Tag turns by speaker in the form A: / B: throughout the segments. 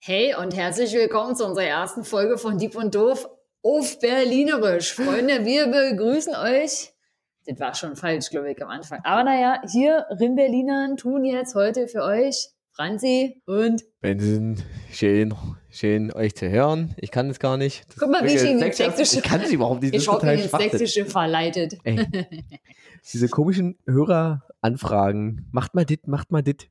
A: Hey und herzlich willkommen zu unserer ersten Folge von Dieb und Doof auf Berlinerisch. Freunde, wir begrüßen euch. Das war schon falsch, glaube ich, am Anfang. Aber naja, hier Rimberlinern tun jetzt heute für euch Franzi und
B: Benson, schön, schön euch zu hören. Ich kann es gar nicht. Das
A: Guck mal, wie ich ihn ins
B: ich,
A: Sächsische,
B: ich kann es überhaupt nicht. Das
A: ich
B: ist
A: hab
B: total
A: ihn ins
B: Schwachsinn.
A: Sächsische verleitet.
B: Ey, diese komischen Höreranfragen. Macht mal dit, macht mal dit.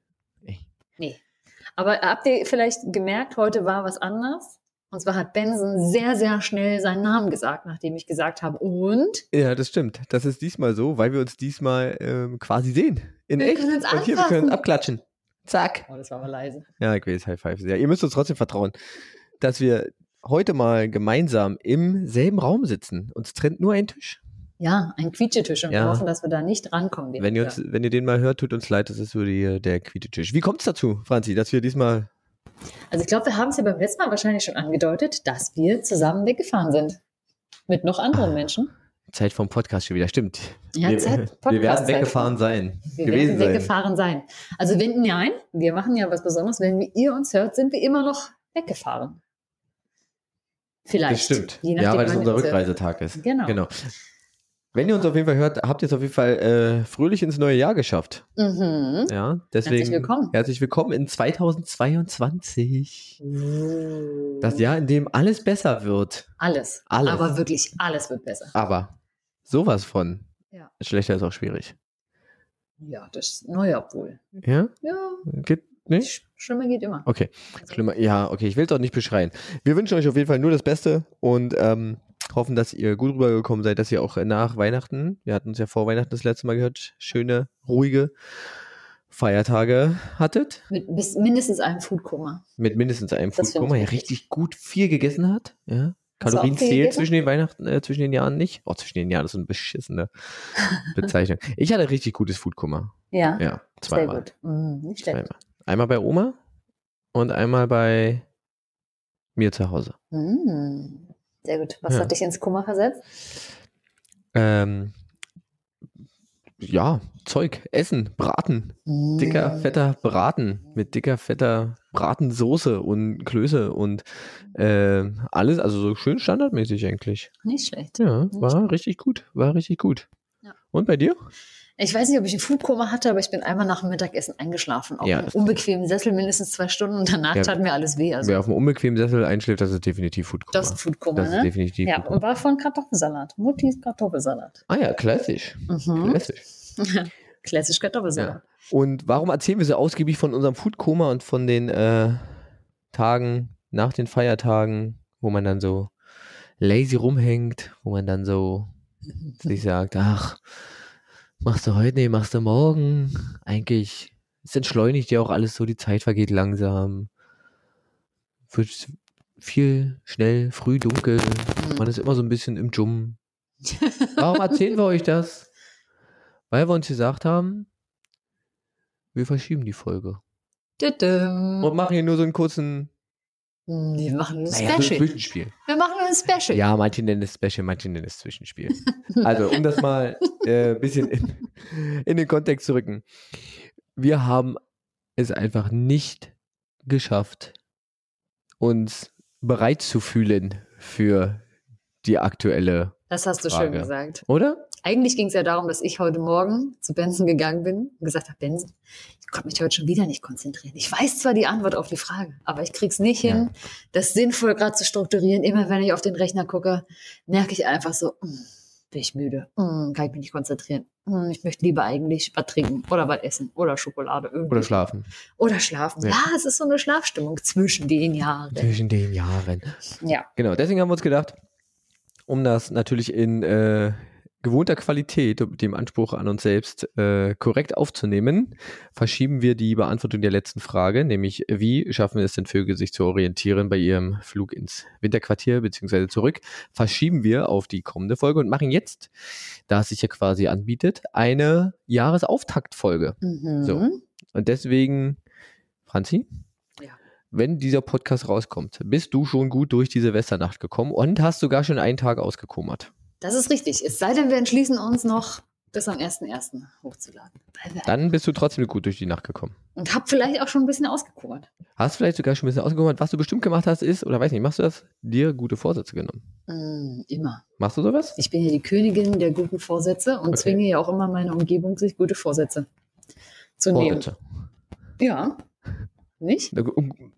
A: Aber habt ihr vielleicht gemerkt, heute war was anders? Und zwar hat Benson sehr, sehr schnell seinen Namen gesagt, nachdem ich gesagt habe, und
B: Ja, das stimmt. Das ist diesmal so, weil wir uns diesmal ähm, quasi sehen. In
A: Wir
B: echt.
A: können uns
B: Und hier, wir
A: anfassen.
B: können abklatschen. Zack.
A: Oh, das war aber leise.
B: Ja, ich weiß, High Five. Ja, ihr müsst uns trotzdem vertrauen, dass wir heute mal gemeinsam im selben Raum sitzen. Uns trennt nur ein Tisch.
A: Ja, ein Quietschetisch und
B: Ja.
A: wir hoffen, dass wir da nicht rankommen.
B: Wenn ihr,
A: Ja.
B: uns, wenn ihr den mal hört, tut uns leid, das ist so die, der Quietetisch. Wie kommt es dazu, Franzi, dass wir diesmal.
A: Also ich glaube, wir haben es ja beim letzten Mal wahrscheinlich schon angedeutet, dass wir zusammen weggefahren sind. Mit noch anderen Menschen.
B: Zeit vom Podcast schon wieder, stimmt.
A: Ja,
B: wir,
A: Zeit-
B: wir werden
A: Podcast-Zeit.
B: weggefahren sein.
A: Wir
B: gewesen
A: werden
B: sein.
A: weggefahren sein. Also wenn, nein, wir machen ja was Besonderes. Wenn ihr uns hört, sind wir immer noch weggefahren. Vielleicht.
B: Das stimmt.
A: Je
B: Ja,
A: nachdem,
B: weil das
A: wann
B: unser
A: ihr uns hört.
B: Rückreisetag ist.
A: Genau.
B: Wenn ihr uns auf jeden Fall hört, habt ihr es auf jeden Fall äh, fröhlich ins neue Jahr geschafft.
A: Mhm.
B: Ja, deswegen.
A: Herzlich willkommen.
B: Herzlich willkommen in 2022.
A: Uh.
B: Das Jahr, in dem alles besser wird.
A: Alles.
B: Alles.
A: Aber wirklich, alles wird besser.
B: Aber sowas von.
A: Ja.
B: Schlechter ist auch schwierig.
A: Ja, das neue obwohl.
B: Ja?
A: Ja,
B: Geht nicht?
A: sch- schlimmer geht immer.
B: Okay.
A: Also,
B: Schlimmer. Ja, okay, ich will es doch nicht beschreien. Wir wünschen euch auf jeden Fall nur das Beste und ähm, hoffen, dass ihr gut rübergekommen seid, dass ihr auch nach Weihnachten, wir hatten uns ja vor Weihnachten das letzte Mal gehört, schöne, ruhige Feiertage hattet.
A: Mit bis mindestens einem Foodkoma.
B: Mit mindestens einem
A: Das
B: Food,
A: find
B: wo
A: ich
B: man ja
A: richtig.
B: richtig gut viel gegessen hat. Ja.
A: Hast du auch
B: Kalorien
A: viel
B: zählt
A: gegessen?
B: zwischen den Weihnachten, äh, zwischen den Jahren nicht. Oh, zwischen den Jahren, das ist eine beschissene Bezeichnung. Ich hatte richtig gutes Foodkummer.
A: Ja,
B: Ja,
A: sehr
B: zweimal.
A: gut. Mhm, nicht schlecht.
B: Zweimal. Einmal bei Oma und einmal bei mir zu Hause.
A: Mm, sehr gut. Was
B: Ja.
A: hat dich ins Kummer versetzt?
B: Ähm, ja, Zeug, Essen, Braten.
A: Mm.
B: Dicker, fetter Braten mit dicker, fetter Bratensoße und Klöße und äh, alles. Also so schön standardmäßig eigentlich.
A: Nicht schlecht.
B: Ja, war richtig gut. War richtig gut.
A: Ja.
B: Und bei dir?
A: Ich weiß nicht, ob ich einen Foodkoma hatte, aber ich bin einmal nach dem Mittagessen eingeschlafen. Auf
B: Ja,
A: einem
B: das-
A: unbequemen Sessel mindestens zwei Stunden und danach
B: Ja.
A: tat mir alles weh. Also,
B: Wer auf einem unbequemen Sessel einschläft, das ist definitiv Food
A: das ist ein Foodkoma,
B: Das ist
A: ne?
B: definitiv
A: Ja,
B: Foodkoma.
A: und war von Kartoffelsalat. Muttis Kartoffelsalat.
B: Ah ja, klassisch.
A: Mhm.
B: Klassisch.
A: Klassisch Kartoffelsalat.
B: Und warum erzählen wir so ausgiebig von unserem Foodkoma und von den äh, Tagen nach den Feiertagen, wo man dann so lazy rumhängt, wo man dann so sich sagt, ach, machst du heute, nee, machst du morgen. Eigentlich, es entschleunigt ja auch alles so, die Zeit vergeht langsam. Wird viel, schnell, früh dunkel.
A: Mhm.
B: Man ist immer so ein bisschen im Jum. Warum erzählen wir euch das? Weil wir uns gesagt haben, wir verschieben die Folge.
A: Tütüm. Mhm,
B: Und machen hier nur so einen kurzen
A: Wir machen ein
B: naja, so ein
A: Special.
B: Zwischenspiel.
A: Wir machen ein Special.
B: Ja, manche nennen es Special, manche nennen es Zwischenspiel. Also, um das mal ein äh, bisschen in, in den Kontext zu rücken. Wir haben es einfach nicht geschafft, uns bereit zu fühlen für die aktuelle,
A: Das hast du schön
B: Frage.
A: gesagt.
B: oder?
A: Eigentlich ging es ja darum, dass ich heute Morgen zu Benson gegangen bin und gesagt habe, Benson, ich konnte mich heute schon wieder nicht konzentrieren. Ich weiß zwar die Antwort auf die Frage, aber ich krieg's nicht hin, das sinnvoll gerade zu strukturieren. Immer wenn ich auf den Rechner gucke, merke ich einfach so, "Mm, bin ich müde, Mm, kann ich mich nicht konzentrieren. Mm, Ich möchte lieber eigentlich was trinken oder was essen oder Schokolade irgendwie.
B: Oder schlafen.
A: oder schlafen. Ja.
B: Ja.
A: es ist so eine Schlafstimmung zwischen den Jahren.
B: Zwischen den Jahren.
A: Ja,
B: Ne? Genau, deswegen haben wir uns gedacht, um das natürlich in äh, gewohnter Qualität und mit dem Anspruch an uns selbst äh, korrekt aufzunehmen, verschieben wir die Beantwortung der letzten Frage, nämlich wie schaffen es denn Vögel, sich zu orientieren bei ihrem Flug ins Winterquartier bzw. zurück, verschieben wir auf die kommende Folge und machen jetzt, da es sich ja quasi anbietet, eine Jahresauftaktfolge.
A: mhm.
B: So. Und deswegen, Franzi,
A: Ja.
B: wenn dieser Podcast rauskommt, bist du schon gut durch die Silvesternacht gekommen und hast sogar schon einen Tag ausgekummert.
A: das ist richtig. Es sei denn, wir entschließen uns noch bis am 1.1. hochzuladen. Weil wir-
B: Dann bist du trotzdem gut durch die Nacht gekommen.
A: Und hab vielleicht auch schon ein bisschen ausgekugelt.
B: Hast vielleicht sogar schon ein bisschen ausgehungert. Was du bestimmt gemacht hast, ist, oder weiß nicht, machst du das? Dir gute Vorsätze genommen.
A: Mm, immer.
B: Machst du sowas?
A: Ich bin ja die Königin der guten Vorsätze und
B: Okay.
A: zwinge ja auch immer meine Umgebung, sich gute Vorsätze zu nehmen.
B: Vorsätze.
A: Ja. Nicht?
B: Na, um-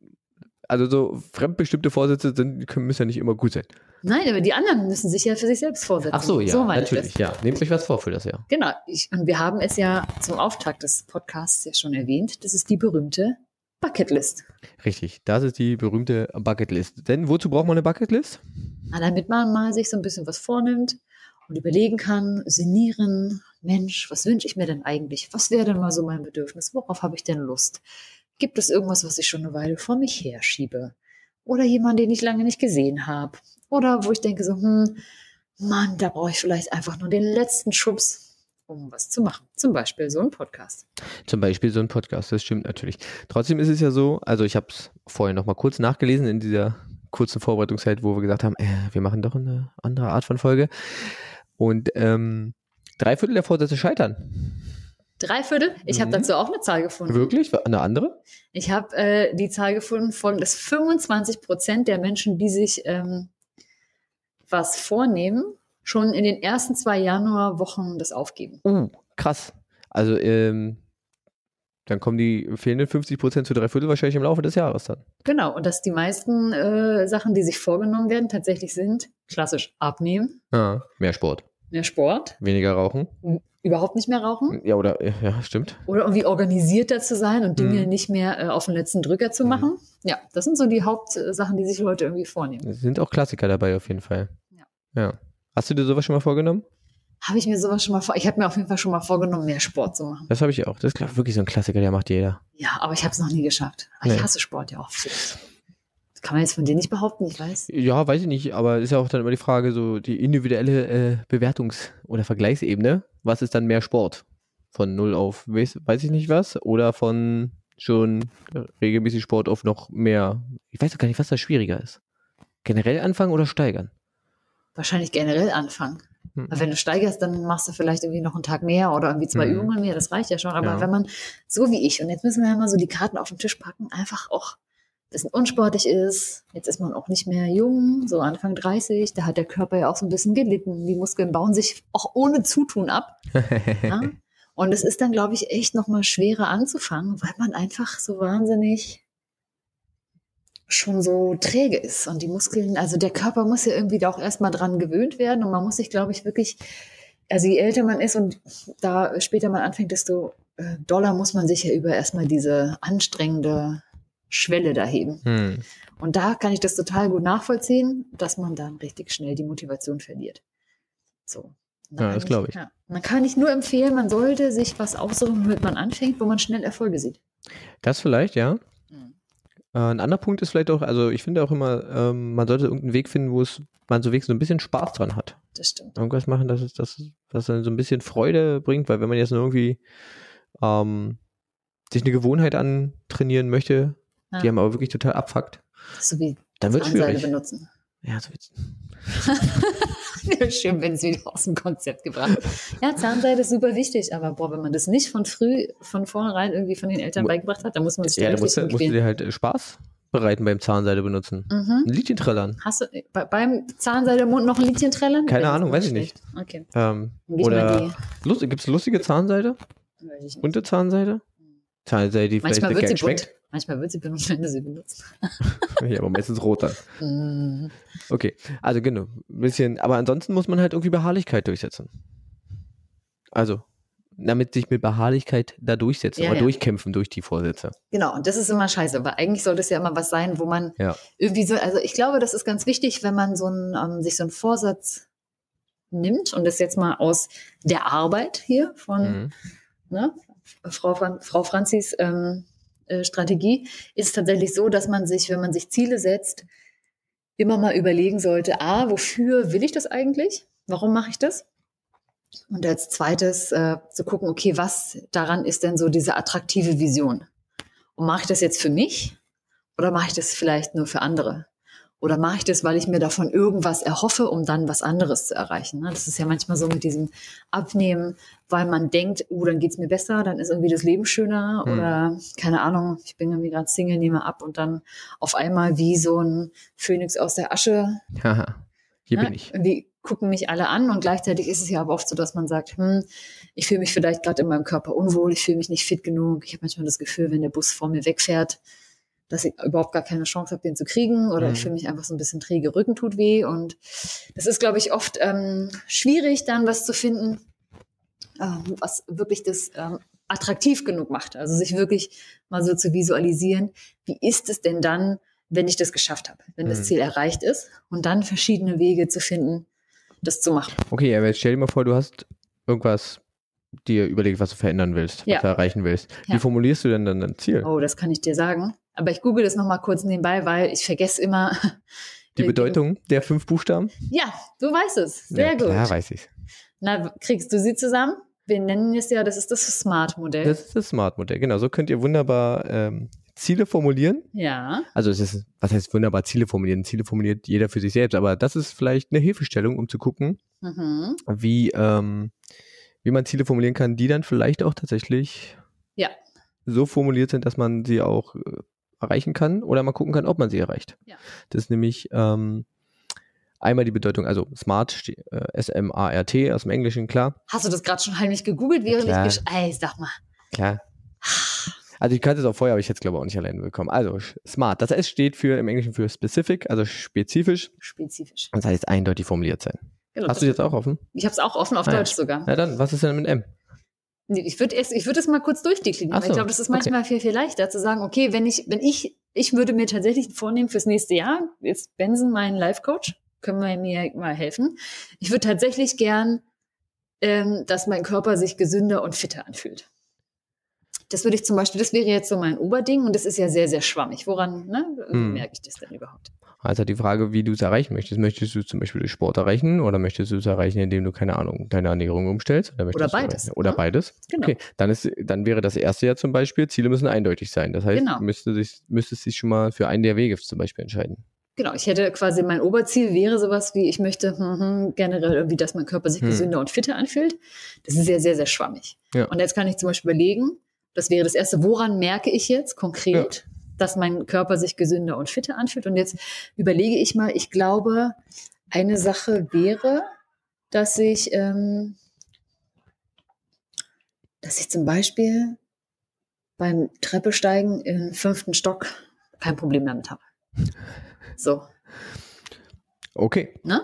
B: Also so fremdbestimmte Vorsätze sind, können, müssen ja nicht immer gut sein.
A: Nein, aber die anderen müssen sich ja für sich selbst vorsetzen.
B: Ach so, ja,
A: so meine ich
B: natürlich. Ja, nehmt euch was vor für das Jahr.
A: Das. Genau. Ich, und wir haben es ja zum Auftakt des Podcasts ja schon erwähnt. Das ist die berühmte Bucketlist.
B: Richtig, das ist die berühmte Bucketlist. Denn wozu braucht man eine Bucketlist?
A: Na, Ah, damit man mal sich so ein bisschen was vornimmt und überlegen kann, sinnieren, Mensch, was wünsche ich mir denn eigentlich? Was wäre denn mal so mein Bedürfnis? Worauf habe ich denn Lust? Gibt es irgendwas, was ich schon eine Weile vor mich herschiebe? Oder jemand, den ich lange nicht gesehen habe? Oder wo ich denke so, hm, Mann, da brauche ich vielleicht einfach nur den letzten Schubs, um was zu machen. Zum Beispiel so ein Podcast.
B: Zum Beispiel so ein Podcast, das stimmt natürlich. Trotzdem ist es ja so, also ich habe es vorhin nochmal kurz nachgelesen in dieser kurzen Vorbereitungszeit, wo wir gesagt haben, äh, wir machen doch eine andere Art von Folge. Und ähm, drei Viertel der Vorsätze scheitern.
A: Drei Viertel? Ich habe
B: Mhm.
A: dazu auch eine Zahl gefunden.
B: Wirklich? Eine andere?
A: Ich habe äh, die Zahl gefunden von, dass 25 Prozent der Menschen, die sich ähm, was vornehmen, schon in den ersten zwei Januarwochen das aufgeben.
B: Uh, krass. Also ähm, dann kommen die fehlenden 50 Prozent zu drei Viertel wahrscheinlich im Laufe des Jahres dann.
A: Genau, und dass die meisten äh, Sachen, die sich vorgenommen werden, tatsächlich sind, klassisch abnehmen,
B: Ja. Mehr Sport,
A: mehr Sport,
B: weniger Rauchen.
A: überhaupt nicht mehr rauchen
B: Ja, oder? äh, Ja, stimmt.
A: oder irgendwie organisierter zu sein und Dinge
B: Mhm.
A: nicht mehr äh, auf den letzten Drücker zu
B: Mhm.
A: machen. Ja, das sind so die Hauptsachen, die sich Leute irgendwie vornehmen.
B: Es sind auch Klassiker dabei auf jeden Fall.
A: Ja.
B: ja. Hast du dir sowas schon mal vorgenommen?
A: Habe ich mir sowas schon mal vor, ich habe mir auf jeden Fall schon mal vorgenommen, mehr Sport zu machen.
B: Das habe ich auch. Das ist glaub ich, wirklich so ein Klassiker, der macht jeder.
A: Ja, aber ich habe es noch nie geschafft. Aber
B: Nee.
A: Ich hasse Sport ja auch. Das kann man jetzt von dir nicht behaupten, ich weiß.
B: Ja, weiß ich nicht, aber ist ja auch dann immer die Frage, so die individuelle äh, Bewertungs- oder Vergleichsebene. Was ist dann mehr Sport? Von null auf weiß, weiß ich nicht was oder von schon regelmäßig Sport auf noch mehr. Ich weiß doch gar nicht, was da schwieriger ist. Generell anfangen oder steigern?
A: Wahrscheinlich generell anfangen.
B: Hm.
A: Weil wenn du steigerst, dann machst du vielleicht irgendwie noch einen Tag mehr oder irgendwie zwei
B: Mhm.
A: Übungen mehr, das reicht ja schon. Aber
B: Ja.
A: wenn man, so wie ich, und jetzt müssen wir ja mal so die Karten auf den Tisch packen, einfach auch ein bisschen unsportlich ist, jetzt ist man auch nicht mehr jung, so Anfang 30, da hat der Körper ja auch so ein bisschen gelitten. Die Muskeln bauen sich auch ohne Zutun ab. Ja? Und es ist dann, glaube ich, echt nochmal schwerer anzufangen, weil man einfach so wahnsinnig schon so träge ist. Und die Muskeln, also der Körper muss ja irgendwie da auch erstmal dran gewöhnt werden. Und man muss sich, glaube ich, wirklich, also je älter man ist und da später man anfängt, desto äh, doller muss man sich ja über erstmal diese anstrengende Schwelle da heben.
B: Hm.
A: Und da kann ich das total gut nachvollziehen, dass man dann richtig schnell die Motivation verliert. So. Und dann
B: Ja,
A: kann
B: das glaub ich.
A: Ja. Man kann ich nur empfehlen, man sollte sich was aussuchen, womit man anfängt, wo man schnell Erfolge sieht.
B: Das vielleicht, ja.
A: Mhm.
B: Äh, Ein anderer Punkt ist vielleicht auch, also ich finde auch immer, ähm, man sollte irgendeinen Weg finden, wo es man so wenigstens so ein bisschen Spaß dran hat.
A: Das stimmt.
B: irgendwas machen, dass es, dass, dass dann so ein bisschen Freude bringt, weil wenn man jetzt nur irgendwie ähm, sich eine Gewohnheit antrainieren möchte,
A: Ja.
B: die haben aber wirklich total abfuckt,
A: So wie
B: dann wird es
A: Zahnseide
B: schwierig.
A: benutzen.
B: Ja, so wird's.
A: Schön, wenn es wieder aus dem Konzept gebracht wird. Ja, Zahnseide ist super wichtig, aber boah, wenn man das nicht von früh, von vornherein irgendwie von den Eltern
B: Mu-
A: beigebracht hat, dann muss man sich
B: ja
A: da
B: da musst,
A: richtig
B: du- musst du
A: umquälen.
B: dir halt äh, Spaß bereiten beim Zahnseide benutzen.
A: Mhm.
B: Ein Liedchen trällern.
A: Hast du äh, bei, beim Zahnseide im Mund noch ein Liedchen trällern?
B: Keine
A: Ja, das
B: Ahnung,
A: ist
B: weiß ich
A: schlecht. Okay.
B: Ähm,
A: Dann geh ich mal
B: oder lust, gibt's lustige Zahnseide?
A: die- weiß ich nicht.
B: Bunte Zahnseide? Zahnseide, die vielleicht
A: Manchmal wird
B: lecker
A: sie bunt.
B: schmeckt.
A: Manchmal wird sie benutzt, wenn du sie benutzt.
B: ja, aber meistens rot dann.
A: Mm,
B: Okay, also genau, ein bisschen, aber ansonsten muss man halt irgendwie Beharrlichkeit durchsetzen. Also, damit sich mit Beharrlichkeit da durchsetzen
A: Ja,
B: oder
A: ja.
B: durchkämpfen durch die Vorsätze.
A: Genau, und das ist immer scheiße, aber eigentlich sollte es ja immer was sein, wo man
B: Ja.
A: irgendwie so, also ich glaube, das ist ganz wichtig, wenn man so einen, ähm, sich so einen Vorsatz nimmt und das jetzt mal aus der Arbeit hier von
B: Mhm.
A: ne, Frau, Fran Frau Franzis ähm, äh, Strategie, ist es tatsächlich so, dass man sich, wenn man sich Ziele setzt, immer mal überlegen sollte, a, wofür will ich das eigentlich? Warum mache ich das? Und als zweites äh, zu gucken, okay, was daran ist denn so diese attraktive Vision? Und mache ich das jetzt für mich oder mache ich das vielleicht nur für andere? Oder mache ich das, weil ich mir davon irgendwas erhoffe, um dann was anderes zu erreichen? Ne? Das ist ja manchmal so mit diesem Abnehmen, weil man denkt, oh, dann geht's mir besser, dann ist irgendwie das Leben schöner
B: Hm.
A: oder keine Ahnung, ich bin irgendwie gerade Single, nehme ab und dann auf einmal wie so ein Phönix aus der Asche
B: Haha, hier
A: ne?
B: bin ich.
A: Irgendwie gucken mich alle an und gleichzeitig ist es ja aber oft so, dass man sagt, hm, ich fühle mich vielleicht gerade in meinem Körper unwohl, ich fühle mich nicht fit genug. Ich habe manchmal das Gefühl, wenn der Bus vor mir wegfährt, dass ich überhaupt gar keine Chance habe, den zu kriegen oder
B: Mhm.
A: ich fühle mich einfach so ein bisschen träge, Rücken tut weh und das ist, glaube ich, oft ähm, schwierig, dann was zu finden, ähm, was wirklich das ähm, attraktiv genug macht. Also sich wirklich mal so zu visualisieren, wie ist es denn dann, wenn ich das geschafft habe, wenn
B: Mhm.
A: das Ziel erreicht ist und dann verschiedene Wege zu finden, das zu machen.
B: Okay, aber jetzt stell dir mal vor, du hast irgendwas dir überlegt, was du verändern willst,
A: Ja.
B: was du erreichen willst.
A: Ja.
B: Wie formulierst du denn dann dein Ziel?
A: Oh, das kann ich dir sagen. Aber ich google das nochmal kurz nebenbei, weil ich vergesse immer.
B: Die
A: äh,
B: Bedeutung der fünf Buchstaben?
A: Ja, du weißt es. Sehr
B: ja,
A: gut.
B: Klar weiß ich.
A: Na, kriegst du sie zusammen? Wir nennen es ja, das ist das Smart-Modell.
B: Das ist das Smart-Modell. Genau, so könnt ihr wunderbar ähm, Ziele formulieren.
A: ja,
B: Also es ist, was heißt wunderbar Ziele formulieren? Ziele formuliert jeder für sich selbst, aber das ist vielleicht eine Hilfestellung, um zu gucken,
A: mhm.
B: wie, ähm, wie man Ziele formulieren kann, die dann vielleicht auch tatsächlich
A: Ja.
B: so formuliert sind, dass man sie auch äh, erreichen kann oder mal gucken kann, ob man sie erreicht.
A: Ja.
B: Das ist nämlich ähm, einmal die Bedeutung, also SMART, ste- äh, S-M-A-R-T aus dem Englischen, klar.
A: Hast du das gerade schon heimlich gegoogelt, während
B: Klar.
A: ich gesch Ey, sag mal. Ah,
B: Klar. Also ich kannte es auch vorher, aber ich hätte es glaube ich auch nicht alleine bekommen. Also sch- SMART, das S steht für im Englischen für specific, also spezifisch.
A: Spezifisch.
B: Das heißt eindeutig formuliert sein.
A: Genau,
B: Hast du
A: das,
B: jetzt auch offen?
A: ich habe es auch offen auf
B: Ah, ja.
A: Deutsch sogar.
B: Na dann, was ist denn mit M?
A: Nee, ich würde es ich würd das mal kurz durchdeklinieren,
B: Ach
A: weil
B: so,
A: ich glaube, das ist manchmal viel, viel leichter zu sagen, okay, wenn ich, wenn ich, ich würde mir tatsächlich vornehmen fürs nächste Jahr, jetzt Benson, mein Life-Coach, können wir mir mal helfen. Ich würde tatsächlich gern, ähm, dass mein Körper sich gesünder und fitter anfühlt. Das würde ich zum Beispiel, das wäre jetzt so mein Oberding und das ist ja sehr, sehr schwammig. Woran ne,
B: Hm.
A: merke ich das denn überhaupt?
B: Also die Frage, wie du es erreichen möchtest. Möchtest du es zum Beispiel durch Sport erreichen oder möchtest du es erreichen, indem du, keine Ahnung, deine Ernährung umstellst? Oder, möchtest du es
A: beides,
B: erreichen- Oder
A: ne?
B: beides.
A: Genau.
B: Okay, dann, ist, dann wäre das erste ja zum Beispiel, Ziele müssen eindeutig sein. Das heißt,
A: Genau.
B: müsste, sich, müsste es sich schon mal für einen der Wege zum Beispiel entscheiden.
A: Genau, ich hätte quasi mein Oberziel wäre sowas wie, ich möchte hm, hm, generell irgendwie, dass mein Körper sich
B: Hm.
A: gesünder und fitter anfühlt. Das ist ja sehr, sehr schwammig.
B: Ja.
A: Und jetzt kann ich zum Beispiel überlegen, das wäre das Erste, woran merke ich jetzt konkret, dass mein Körper sich gesünder und fitter anfühlt? Und jetzt überlege ich mal, ich glaube, eine Sache wäre, dass ich, ähm, dass ich zum Beispiel beim Treppesteigen im fünften Stock kein Problem damit habe. So,
B: Okay,
A: ne?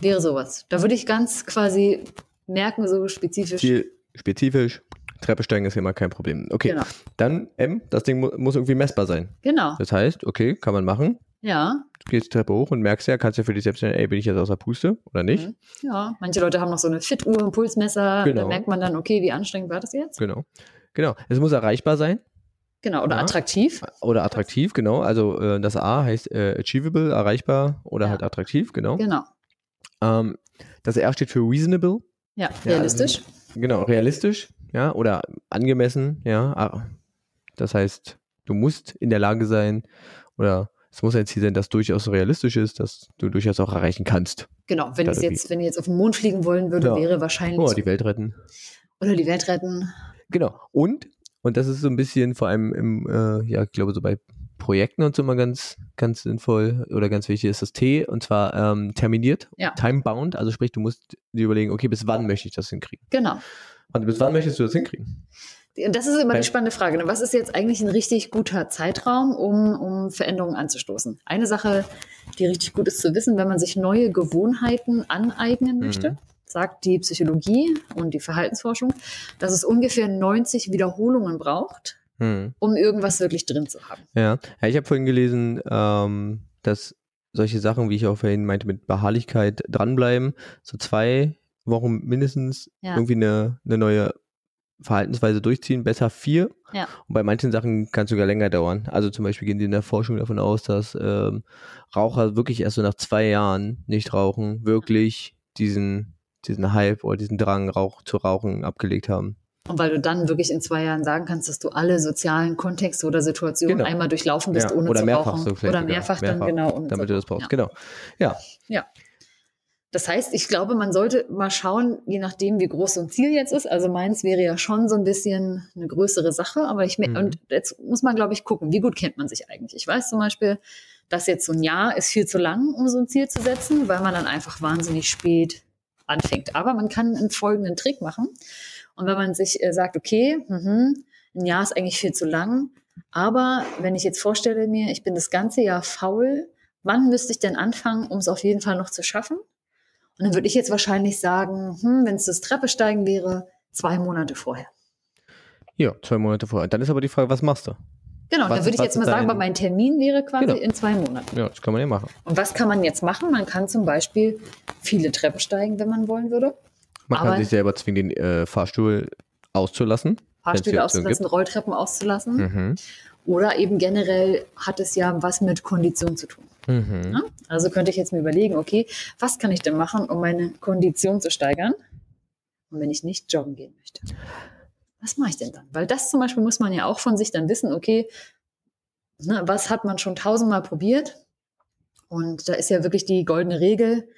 A: Wäre sowas. Da würde ich ganz quasi merken, so spezifisch.
B: Ziel spezifisch. Treppe steigen ist immer kein Problem. Okay,
A: Genau.
B: dann M, das Ding mu muss irgendwie messbar sein.
A: Genau.
B: Das heißt, okay, kann man machen.
A: Ja.
B: Du gehst die Treppe hoch und merkst ja, kannst ja für dich selbst sagen, ey, bin ich jetzt aus der Puste oder nicht?
A: Mhm. Ja. Manche Leute haben noch so eine Fit-Uhr, ein Pulsmesser.
B: Genau.
A: Da merkt man dann, okay, wie anstrengend war das jetzt?
B: Genau. Genau. Es muss erreichbar sein.
A: Genau. Oder
B: Ja.
A: attraktiv.
B: Oder attraktiv, genau. Also äh, das A heißt äh, achievable, erreichbar oder
A: Ja.
B: halt attraktiv, genau.
A: Genau.
B: Ähm, das R steht für reasonable,
A: Ja.
B: Ja, also
A: Realistisch.
B: genau, realistisch, ja, oder angemessen, ja. Ah, Das heißt, du musst in der Lage sein oder es muss ein Ziel sein, das durchaus realistisch ist, das du durchaus auch erreichen kannst.
A: genau. Wenn
B: Ja,
A: es
B: das
A: jetzt, wenn ihr jetzt auf den Mond fliegen wollen würde,
B: Ja.
A: wäre wahrscheinlich.
B: Oh, die Welt retten.
A: oder die Welt retten.
B: Genau. Und, und das ist so ein bisschen vor allem im, äh, ja, ich glaube, so bei Projekten und so immer ganz, ganz sinnvoll oder ganz wichtig ist das T und zwar ähm, terminiert,
A: Ja.
B: time-bound. Also sprich, du musst dir überlegen, okay, bis wann möchte ich das hinkriegen?
A: Genau.
B: Also bis wann möchtest du das hinkriegen?
A: Und das ist immer
B: Weil-
A: die spannende Frage. Ne? Was ist jetzt eigentlich ein richtig guter Zeitraum, um, um Veränderungen anzustoßen? Eine Sache, die richtig gut ist zu wissen, wenn man sich neue Gewohnheiten
B: Mhm.
A: aneignen möchte, sagt die Psychologie und die Verhaltensforschung, dass es ungefähr 90 Wiederholungen braucht,
B: Hm.
A: um irgendwas wirklich drin zu haben.
B: Ja. ja, ich habe vorhin gelesen, ähm, dass solche Sachen, wie ich auch vorhin meinte, mit Beharrlichkeit dranbleiben, so zwei Wochen mindestens
A: Ja.
B: irgendwie eine, eine neue Verhaltensweise durchziehen, besser vier.
A: Ja.
B: Und bei manchen Sachen kann es sogar länger dauern. Also zum Beispiel gehen die in der Forschung davon aus, dass ähm, Raucher wirklich erst so nach zwei Jahren nicht rauchen, wirklich diesen, diesen Hype oder diesen Drang, Rauch zu rauchen abgelegt haben.
A: Und weil du dann wirklich in zwei Jahren sagen kannst, dass du alle sozialen Kontexte oder Situationen
B: Genau.
A: einmal durchlaufen bist,
B: Ja,
A: ohne
B: oder
A: zu
B: mehrfach
A: rauchen.
B: so vielleicht
A: oder
B: sogar.
A: mehrfach, dann genau. ohne zu
B: damit du das brauchst.
A: rauchen.
B: Genau. Ja,
A: Das heißt, ich glaube, man sollte mal schauen, je nachdem, wie groß so ein Ziel jetzt ist. Also meins wäre ja schon so ein bisschen eine größere Sache, aber ich mer-
B: Mhm.
A: und jetzt muss man, glaube ich, gucken, wie gut kennt man sich eigentlich. Ich weiß zum Beispiel, dass jetzt so ein Jahr ist viel zu lang, um so ein Ziel zu setzen, weil man dann einfach wahnsinnig spät anfängt. Aber man kann einen folgenden Trick machen. Und wenn man sich äh, sagt, okay, mhm, ein Jahr ist eigentlich viel zu lang, aber wenn ich jetzt vorstelle mir, ich bin das ganze Jahr faul, wann müsste ich denn anfangen, um es auf jeden Fall noch zu schaffen? Und dann würde ich jetzt wahrscheinlich sagen, hm, wenn es das Treppesteigen wäre, zwei Monate vorher.
B: ja, zwei Monate vorher. Dann ist aber die Frage, was machst du?
A: Genau, und
B: Was-
A: dann würde ich
B: was
A: jetzt
B: ist
A: mal sagen,
B: dein-
A: weil mein Termin wäre quasi
B: Genau.
A: in zwei Monaten.
B: Ja, das kann man ja machen.
A: Und was kann man jetzt machen? Man kann zum Beispiel viele Treppen steigen, wenn man wollen würde.
B: Man
A: Aber-
B: kann sich selber zwingen, den äh, Fahrstuhl auszulassen. wenn's die
A: Fahrstühle
B: Option
A: auszulassen, Rolltreppen auszulassen.
B: gibt. Mhm.
A: Oder eben generell hat es ja was mit Kondition zu tun.
B: Mhm.
A: Ne? Also könnte ich jetzt mir überlegen, okay, was kann ich denn machen, um meine Kondition zu steigern? Und wenn ich nicht joggen gehen möchte, was mache ich denn dann? Weil das zum Beispiel muss man ja auch von sich dann wissen, okay, ne, was hat man schon tausendmal probiert? Und da ist ja wirklich die goldene Regel,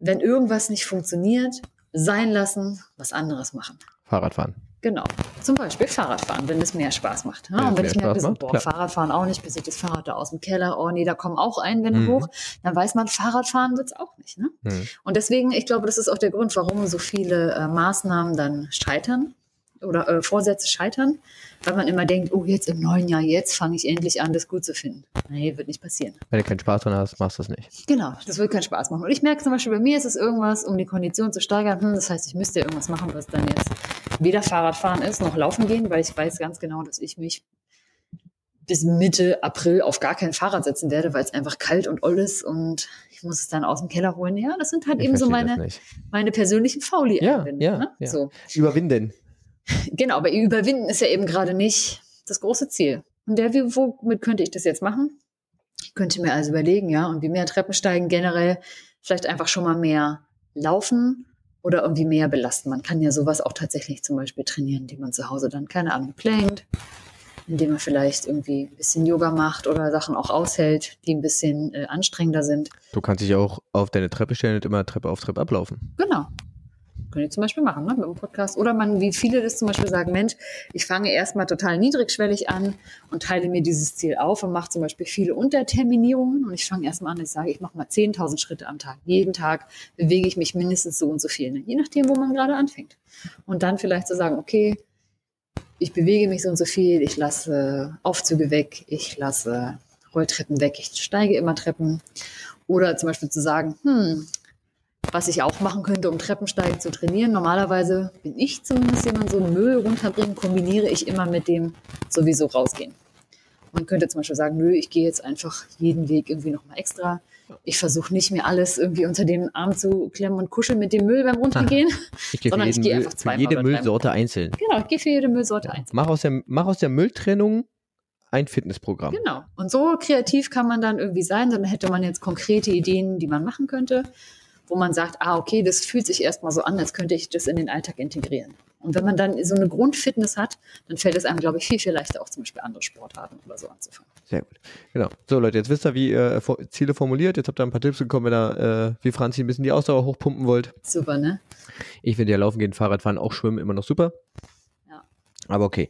A: wenn irgendwas nicht funktioniert, sein lassen, was anderes machen.
B: Fahrradfahren.
A: Genau. Zum Beispiel Fahrradfahren, wenn es mehr Spaß macht. Ne?
B: Wenn es
A: und wenn
B: mehr
A: ich mir
B: Spaß
A: ein bisschen,
B: macht,
A: boah,
B: klar.
A: Fahrradfahren auch nicht, bis ich das Fahrrad da aus dem Keller, oh nee, da kommen auch Einwände
B: Mhm.
A: hoch, dann weiß man, Fahrradfahren wird's auch nicht. Ne?
B: Mhm.
A: Und deswegen, ich glaube, das ist auch der Grund, warum so viele äh, Maßnahmen dann scheitern oder äh, Vorsätze scheitern, weil man immer denkt, oh, jetzt im neuen Jahr, jetzt fange ich endlich an, das gut zu finden. Nee, wird nicht passieren.
B: Wenn du keinen Spaß dran hast, machst du es nicht.
A: Genau, das wird keinen Spaß machen. Und ich merke zum Beispiel, bei mir ist es irgendwas, um die Kondition zu steigern. Hm, das heißt, ich müsste irgendwas machen, was dann jetzt weder Fahrradfahren ist, noch laufen gehen, weil ich weiß ganz genau, dass ich mich bis Mitte April auf gar kein Fahrrad setzen werde, weil es einfach kalt und oll ist und ich muss es dann aus dem Keller holen. Ja, das sind halt
B: Ich
A: eben so
B: verstehe das
A: meine,
B: nicht.
A: meine persönlichen fauli
B: Ja,
A: Einwände,
B: ja,
A: ne?
B: ja.
A: So.
B: Überwinden.
A: Genau, aber überwinden ist ja eben gerade nicht das große Ziel. Und der, wie- womit könnte ich das jetzt machen? Ich könnte mir also überlegen, ja, und wie mehr Treppen steigen generell, vielleicht einfach schon mal mehr laufen oder irgendwie mehr belasten. Man kann ja sowas auch tatsächlich zum Beispiel trainieren, indem man zu Hause dann, keine Ahnung, plankt, indem man vielleicht irgendwie ein bisschen Yoga macht oder Sachen auch aushält, die ein bisschen äh, anstrengender sind.
B: Du kannst dich auch auf deine Treppe stellen und immer Treppe auf Treppe ablaufen.
A: Genau. Könnt ihr zum Beispiel machen, ne, mit dem Podcast. Oder man, wie viele das zum Beispiel sagen, Mensch, ich fange erstmal total niedrigschwellig an und teile mir dieses Ziel auf und mache zum Beispiel viele Unterterminierungen. Und ich fange erstmal an, ich sage, ich mache mal 10.000 Schritte am Tag. Jeden Tag bewege ich mich mindestens so und so viel. Ne? Je nachdem, wo man gerade anfängt. Und dann vielleicht zu sagen, okay, ich bewege mich so und so viel, ich lasse Aufzüge weg, ich lasse Rolltreppen weg, ich steige immer Treppen. Oder zum Beispiel zu sagen, hm, was ich auch machen könnte, um Treppensteigen zu trainieren. Normalerweise bin ich zumindest jemand, so Müll runterbringen, kombiniere ich immer mit dem sowieso rausgehen. Man könnte zum Beispiel sagen, nö, ich gehe jetzt einfach jeden Weg irgendwie nochmal extra. Ich versuche nicht mir alles irgendwie unter den Arm zu klemmen und kuscheln mit dem Müll beim Runtergehen.
B: Ich gehe für,
A: Sondern ich
B: jeden
A: gehe
B: Müll,
A: einfach
B: für
A: zweimal
B: jede
A: dort rein.
B: Müllsorte einzeln.
A: Genau, ich gehe für jede Müllsorte einzeln.
B: Mach aus, der, mach aus der Mülltrennung ein Fitnessprogramm.
A: Genau. Und so kreativ kann man dann irgendwie sein, dann hätte man jetzt konkrete Ideen, die man machen könnte, wo man sagt, ah, okay, das fühlt sich erstmal so an, als könnte ich das in den Alltag integrieren. Und wenn man dann so eine Grundfitness hat, dann fällt es einem, glaube ich, viel, viel leichter, auch zum Beispiel andere Sportarten oder so anzufangen.
B: Sehr gut. Genau. So, Leute, jetzt wisst ihr, wie ihr äh, vor- Ziele formuliert. Jetzt habt ihr ein paar Tipps bekommen, wenn ihr, äh, wie Franzi, ein bisschen die Ausdauer hochpumpen wollt.
A: Super, ne?
B: Ich finde ja Laufen gehen, Fahrradfahren, auch Schwimmen immer noch super.
A: Ja.
B: Aber okay.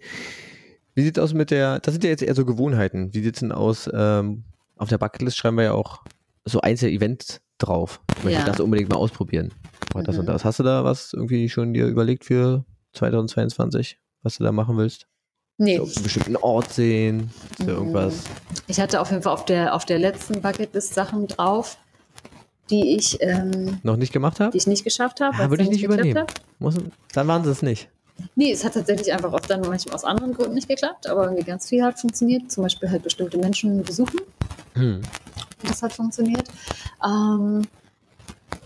B: Wie sieht's aus mit der, das sind ja jetzt eher so Gewohnheiten. Wie sieht's denn aus, ähm, auf der Bucketlist schreiben wir ja auch so Einzel-Events drauf. Ich möchte
A: Ja.
B: das unbedingt mal ausprobieren. Oder Das
A: Mhm.
B: und das. Hast du da was irgendwie schon dir überlegt für 2022, was du da machen willst?
A: Nee,
B: So, einen bestimmten Ort sehen, so
A: Mhm.
B: irgendwas.
A: ich hatte auf jeden Fall auf der, auf der letzten Bucketlist Sachen drauf, die ich, ähm,
B: Noch nicht gemacht
A: die
B: habe?
A: ich nicht geschafft habe.
B: Ah,
A: weil's
B: würde ich
A: dann
B: nicht
A: geklappt
B: übernehmen.
A: hat.
B: Muss, dann waren sie es nicht.
A: Nee, es hat tatsächlich einfach auch dann manchmal aus anderen Gründen nicht geklappt, aber irgendwie ganz viel hat funktioniert. Zum Beispiel halt bestimmte Menschen besuchen.
B: Hm.
A: Das hat funktioniert. Ähm,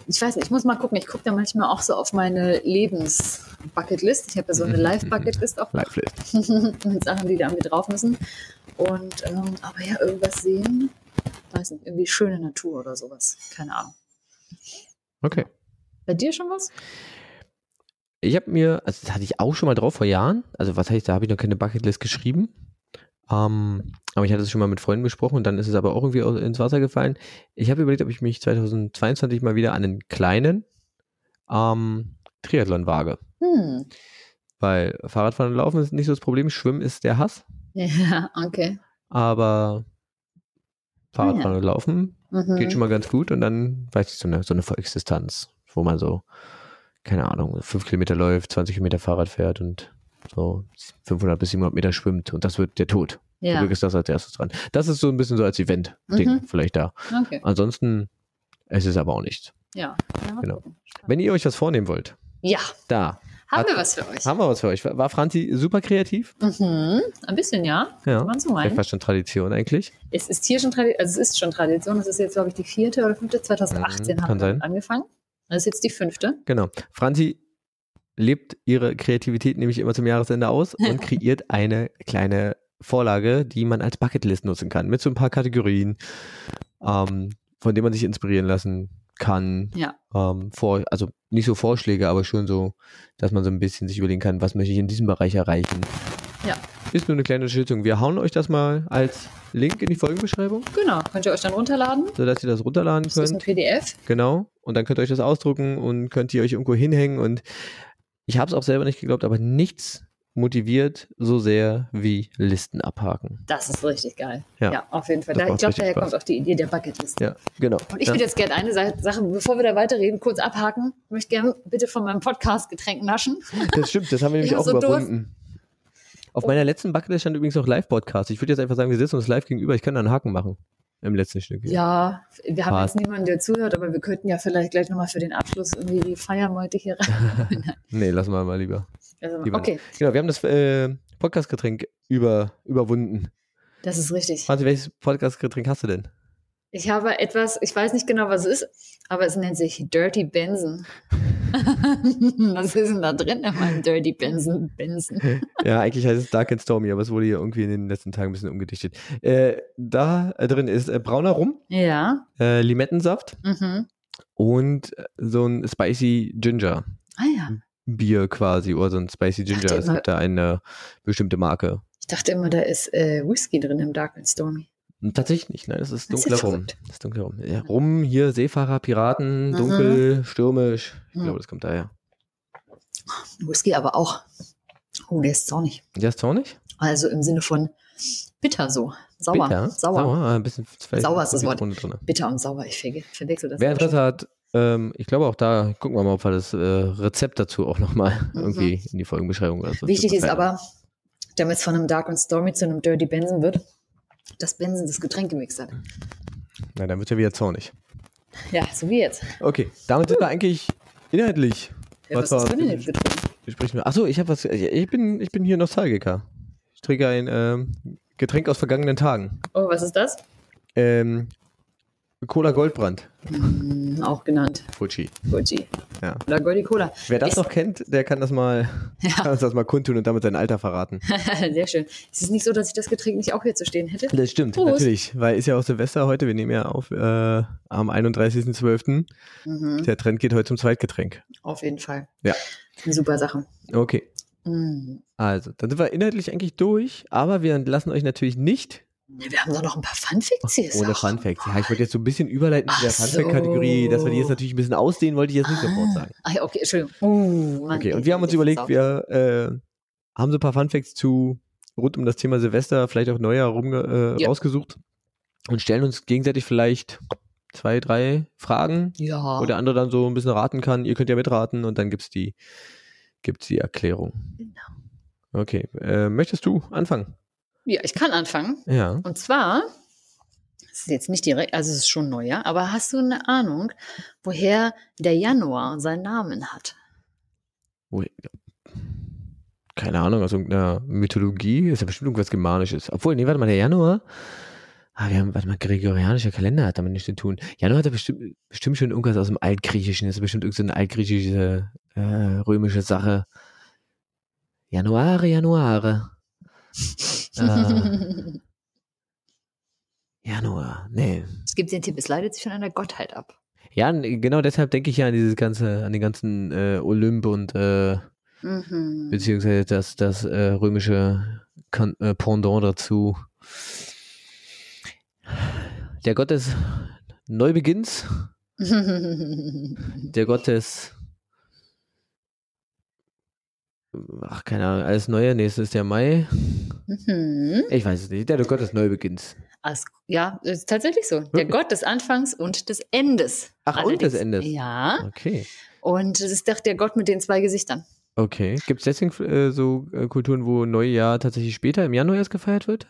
A: ich weiß nicht, ich muss mal gucken. Ich gucke da manchmal auch so auf meine Lebens-Bucketlist. Ich habe ja so eine
B: Mhm.
A: Live-Bucketlist auch
B: Live -List.
A: mit Sachen, die da irgendwie drauf müssen. Und ähm, aber ja, irgendwas sehen. Weiß nicht, irgendwie schöne Natur oder sowas. Keine Ahnung.
B: Okay.
A: Bei dir schon was?
B: Ich habe mir, also das hatte ich auch schon mal drauf vor Jahren, also was hatte ich, da habe ich noch keine Bucketlist geschrieben. Ähm, aber ich hatte es schon mal mit Freunden besprochen und dann ist es aber auch irgendwie au- ins Wasser gefallen. Ich habe überlegt, ob ich mich 2022 mal wieder an einen kleinen ähm, Triathlon wage.
A: Hm.
B: Weil Fahrradfahren und Laufen ist nicht so das Problem, Schwimmen ist der Hass,
A: Ja, okay.
B: aber Fahrradfahren und Laufen
A: Mhm.
B: geht schon mal ganz gut und dann, weiß ich, so eine, so eine Volksdistanz, wo man so, keine Ahnung, fünf Kilometer läuft, 20 Kilometer Fahrrad fährt und so 500 bis 700 Meter schwimmt und das wird der Tod. Du
A: Ja,
B: kriegst das als erstes dran. Das ist so ein bisschen so als Event-Ding
A: Mhm.
B: vielleicht da.
A: okay.
B: Ansonsten, es ist aber auch nichts.
A: Ja. Ja, mal
B: Genau.
A: gucken. Spannend.
B: Wenn ihr euch was vornehmen wollt,
A: ja,
B: da
A: haben
B: Hat-
A: wir was für euch.
B: haben wir was für euch. War war Franzi super kreativ?
A: Mhm. Ein bisschen, ja.
B: Ja.
A: Kann man so
B: Wäre
A: meinen.
B: fast schon Tradition eigentlich.
A: Es ist hier schon Tradition, also es ist schon Tradition. Es ist jetzt, glaube ich, die vierte oder fünfte. 2018
B: Mhm,
A: haben
B: kann
A: wir
B: sein.
A: angefangen. Das ist jetzt die fünfte.
B: Genau. Franzi lebt ihre Kreativität nämlich immer zum Jahresende aus und kreiert eine kleine Vorlage, die man als Bucketlist nutzen kann, mit so ein paar Kategorien, ähm, von denen man sich inspirieren lassen kann.
A: Ja.
B: Ähm, vor, also nicht so Vorschläge, aber schon so, dass man so ein bisschen sich überlegen kann, was möchte ich in diesem Bereich erreichen.
A: Ja.
B: Ist nur eine kleine Unterstützung. Wir hauen euch das mal als Link in die Folgenbeschreibung,
A: Genau. Könnt ihr euch dann runterladen.
B: sodass ihr das runterladen
A: Das ist ein
B: könnt.
A: PDF.
B: Genau. Und dann könnt ihr euch das ausdrucken und könnt ihr euch irgendwo hinhängen. Und ich habe es auch selber nicht geglaubt, aber nichts motiviert so sehr wie Listen abhaken.
A: Das ist richtig geil.
B: Ja.
A: Ja, auf jeden Fall.
B: Das
A: Da,
B: macht
A: ich glaube,
B: richtig
A: daher
B: Spaß.
A: kommt auch die Idee der Bucketlist.
B: Ja, genau.
A: Und ich
B: ja.
A: würde jetzt gerne eine Sa- Sache, bevor wir da weiterreden, kurz abhaken. Ich möchte gerne bitte von meinem Podcast Getränk naschen.
B: Das stimmt, das haben wir
A: Ich
B: nämlich auch
A: war so doof.
B: überwunden. Auf meiner letzten Bucketlist stand übrigens noch Live-Podcast. Ich würde jetzt einfach sagen, wir sitzen uns live gegenüber. Ich kann da einen Haken machen. Im letzten Stück. hier.
A: Ja, wir haben
B: Passt.
A: jetzt niemanden, der zuhört, aber wir könnten ja vielleicht gleich nochmal für den Abschluss irgendwie die Feiermeute hier rein.
B: Nee, lassen wir mal lieber.
A: Also,
B: Lieber
A: okay,
B: Genau, wir haben das äh, Podcast-Getränk über, überwunden.
A: das ist richtig.
B: Franzi, welches Podcast-Getränk hast du denn?
A: Ich habe etwas, ich weiß nicht genau, was es ist, aber es nennt sich Dirty Benson. was ist denn da drin in meinem Dirty Benson? Benson.
B: Ja, eigentlich heißt es Dark and Stormy, aber es wurde hier irgendwie in den letzten Tagen ein bisschen umgedichtet. Äh, da äh, drin ist äh, brauner Rum,
A: Ja,
B: äh, Limettensaft
A: mhm.
B: und äh, so ein Spicy Ginger
A: Ah ja,
B: Bier quasi oder so ein Spicy Ginger.
A: Dachte
B: Es
A: immer-
B: gibt da eine bestimmte Marke.
A: ich dachte immer, da ist äh, Whisky drin im Dark and Stormy.
B: Und Hm, Tatsächlich nicht, nein, es ist
A: Das ist
B: dunkler Rum.
A: verrückt.
B: Das ist dunkler Rum. Ja, Rum hier, Seefahrer, Piraten,
A: Mhm.
B: dunkel, stürmisch. Ich
A: Mhm.
B: glaube, das kommt daher.
A: Whisky aber auch. Oh, der ist zornig.
B: Der ist zornig?
A: Also im Sinne von bitter so. Sauer.
B: Bitter?
A: Sauer.
B: Sauer, äh, ein bisschen vielleicht
A: Sauer ist das Wort.
B: Zitrone drinne.
A: Bitter und sauer. Ich verge- verwechsel das.
B: Wer
A: immer schon.
B: Interesse hat, ähm, ich glaube auch da, gucken wir mal, ob wir das äh, Rezept dazu auch nochmal
A: Mhm.
B: irgendwie in die Folgenbeschreibung oder so.
A: Wichtig ist
B: packen.
A: aber, damit es von einem Dark and Stormy zu einem Dirty Benson wird, dass Benson das Getränk gemixt hat.
B: Na, dann wird ja wieder zornig.
A: Ja, so wie jetzt.
B: Okay, damit sind wir eigentlich inhaltlich.
A: Ja,
B: Was
A: was
B: war-
A: hast du denn jetzt getrunken?
B: Wir sprechen. Achso, ich habe was. äh, Ich bin, ich bin hier Nostalgiker. Ich trinke ein ähm, Getränk aus vergangenen Tagen.
A: Oh, was ist das?
B: Ähm, Cola Goldbrand.
A: Hm, auch genannt.
B: Fuji.
A: Goji.
B: Ja.
A: Oder Goldi Cola.
B: Wer das
A: Ist-
B: noch kennt, der kann das mal, kann uns das mal kundtun und damit sein Alter verraten.
A: Sehr schön. Es ist nicht so, dass ich das Getränk nicht auch hier zu stehen hätte.
B: Das stimmt,
A: Prost.
B: natürlich. Weil ist ja auch Silvester heute, wir nehmen ja auf äh, am 31.12.
A: Mhm,
B: Der Trend geht heute zum Zweitgetränk.
A: auf jeden Fall.
B: Ja.
A: Eine super Sache.
B: Okay.
A: Mhm.
B: Also, dann sind wir inhaltlich eigentlich durch, aber wir lassen euch natürlich nicht
A: Wir haben doch noch ein paar Funfacts hier.
B: ohne
A: Ach,
B: Funfacts. Ja, ich wollte jetzt so ein bisschen überleiten zu der
A: Ach
B: Funfact-Kategorie,
A: so.
B: dass wir die jetzt natürlich ein bisschen ausdehnen, wollte ich jetzt nicht sofort sagen.
A: Ach, Ah, ja, okay, Entschuldigung. Oh, Mann,
B: Okay,
A: ey,
B: und wir haben uns
A: jetzt
B: überlegt,
A: saut.
B: wir äh, haben so ein paar Funfacts zu rund um das Thema Silvester, vielleicht auch Neujahr rumge äh,
A: Ja.
B: rausgesucht und stellen uns gegenseitig vielleicht zwei, drei Fragen,
A: Ja,
B: wo der andere dann so ein bisschen raten kann. Ihr könnt ja mitraten und dann gibt es die, gibt's die Erklärung.
A: Genau.
B: Okay, äh, möchtest du anfangen?
A: ja, ich kann anfangen.
B: Ja.
A: Und zwar, es ist jetzt nicht direkt, also es ist schon neu, ja, aber hast du eine Ahnung, woher der Januar seinen Namen hat?
B: Wo- Keine Ahnung, aus irgendeiner Mythologie. Ist ja bestimmt irgendwas Germanisches. Obwohl, nee, warte mal, der Januar. Ah, wir haben, warte mal, gregorianischer Kalender hat damit nichts zu tun. Januar hat ja bestimmt, bestimmt schon irgendwas aus dem Altgriechischen. Das ist bestimmt irgendeine altgriechische, äh, römische Sache. Januare, Januare. äh, Januar, nee.
A: Es gibt den Tipp, es leitet sich von einer Gottheit ab.
B: Ja, n- genau deshalb denke ich ja an dieses ganze, an den ganzen äh, Olymp und äh,
A: Mhm.
B: beziehungsweise das, das äh, römische kan äh, Pendant dazu. Der Gott des Neubeginns,
A: Mhm.
B: der Gott des Ach, keine Ahnung, alles Neue, nächstes ist der Mai.
A: Mhm.
B: Ich weiß es nicht. Der Gott des Neubeginns.
A: Als, ja, ist tatsächlich so. Der
B: Wirklich?
A: Gott des Anfangs und des Endes.
B: Ach, und des Endes.
A: Ja.
B: Okay.
A: Und es ist doch der Gott mit den zwei Gesichtern.
B: Okay. Gibt es deswegen äh, so äh, Kulturen, wo Neujahr tatsächlich später im Januar erst gefeiert wird?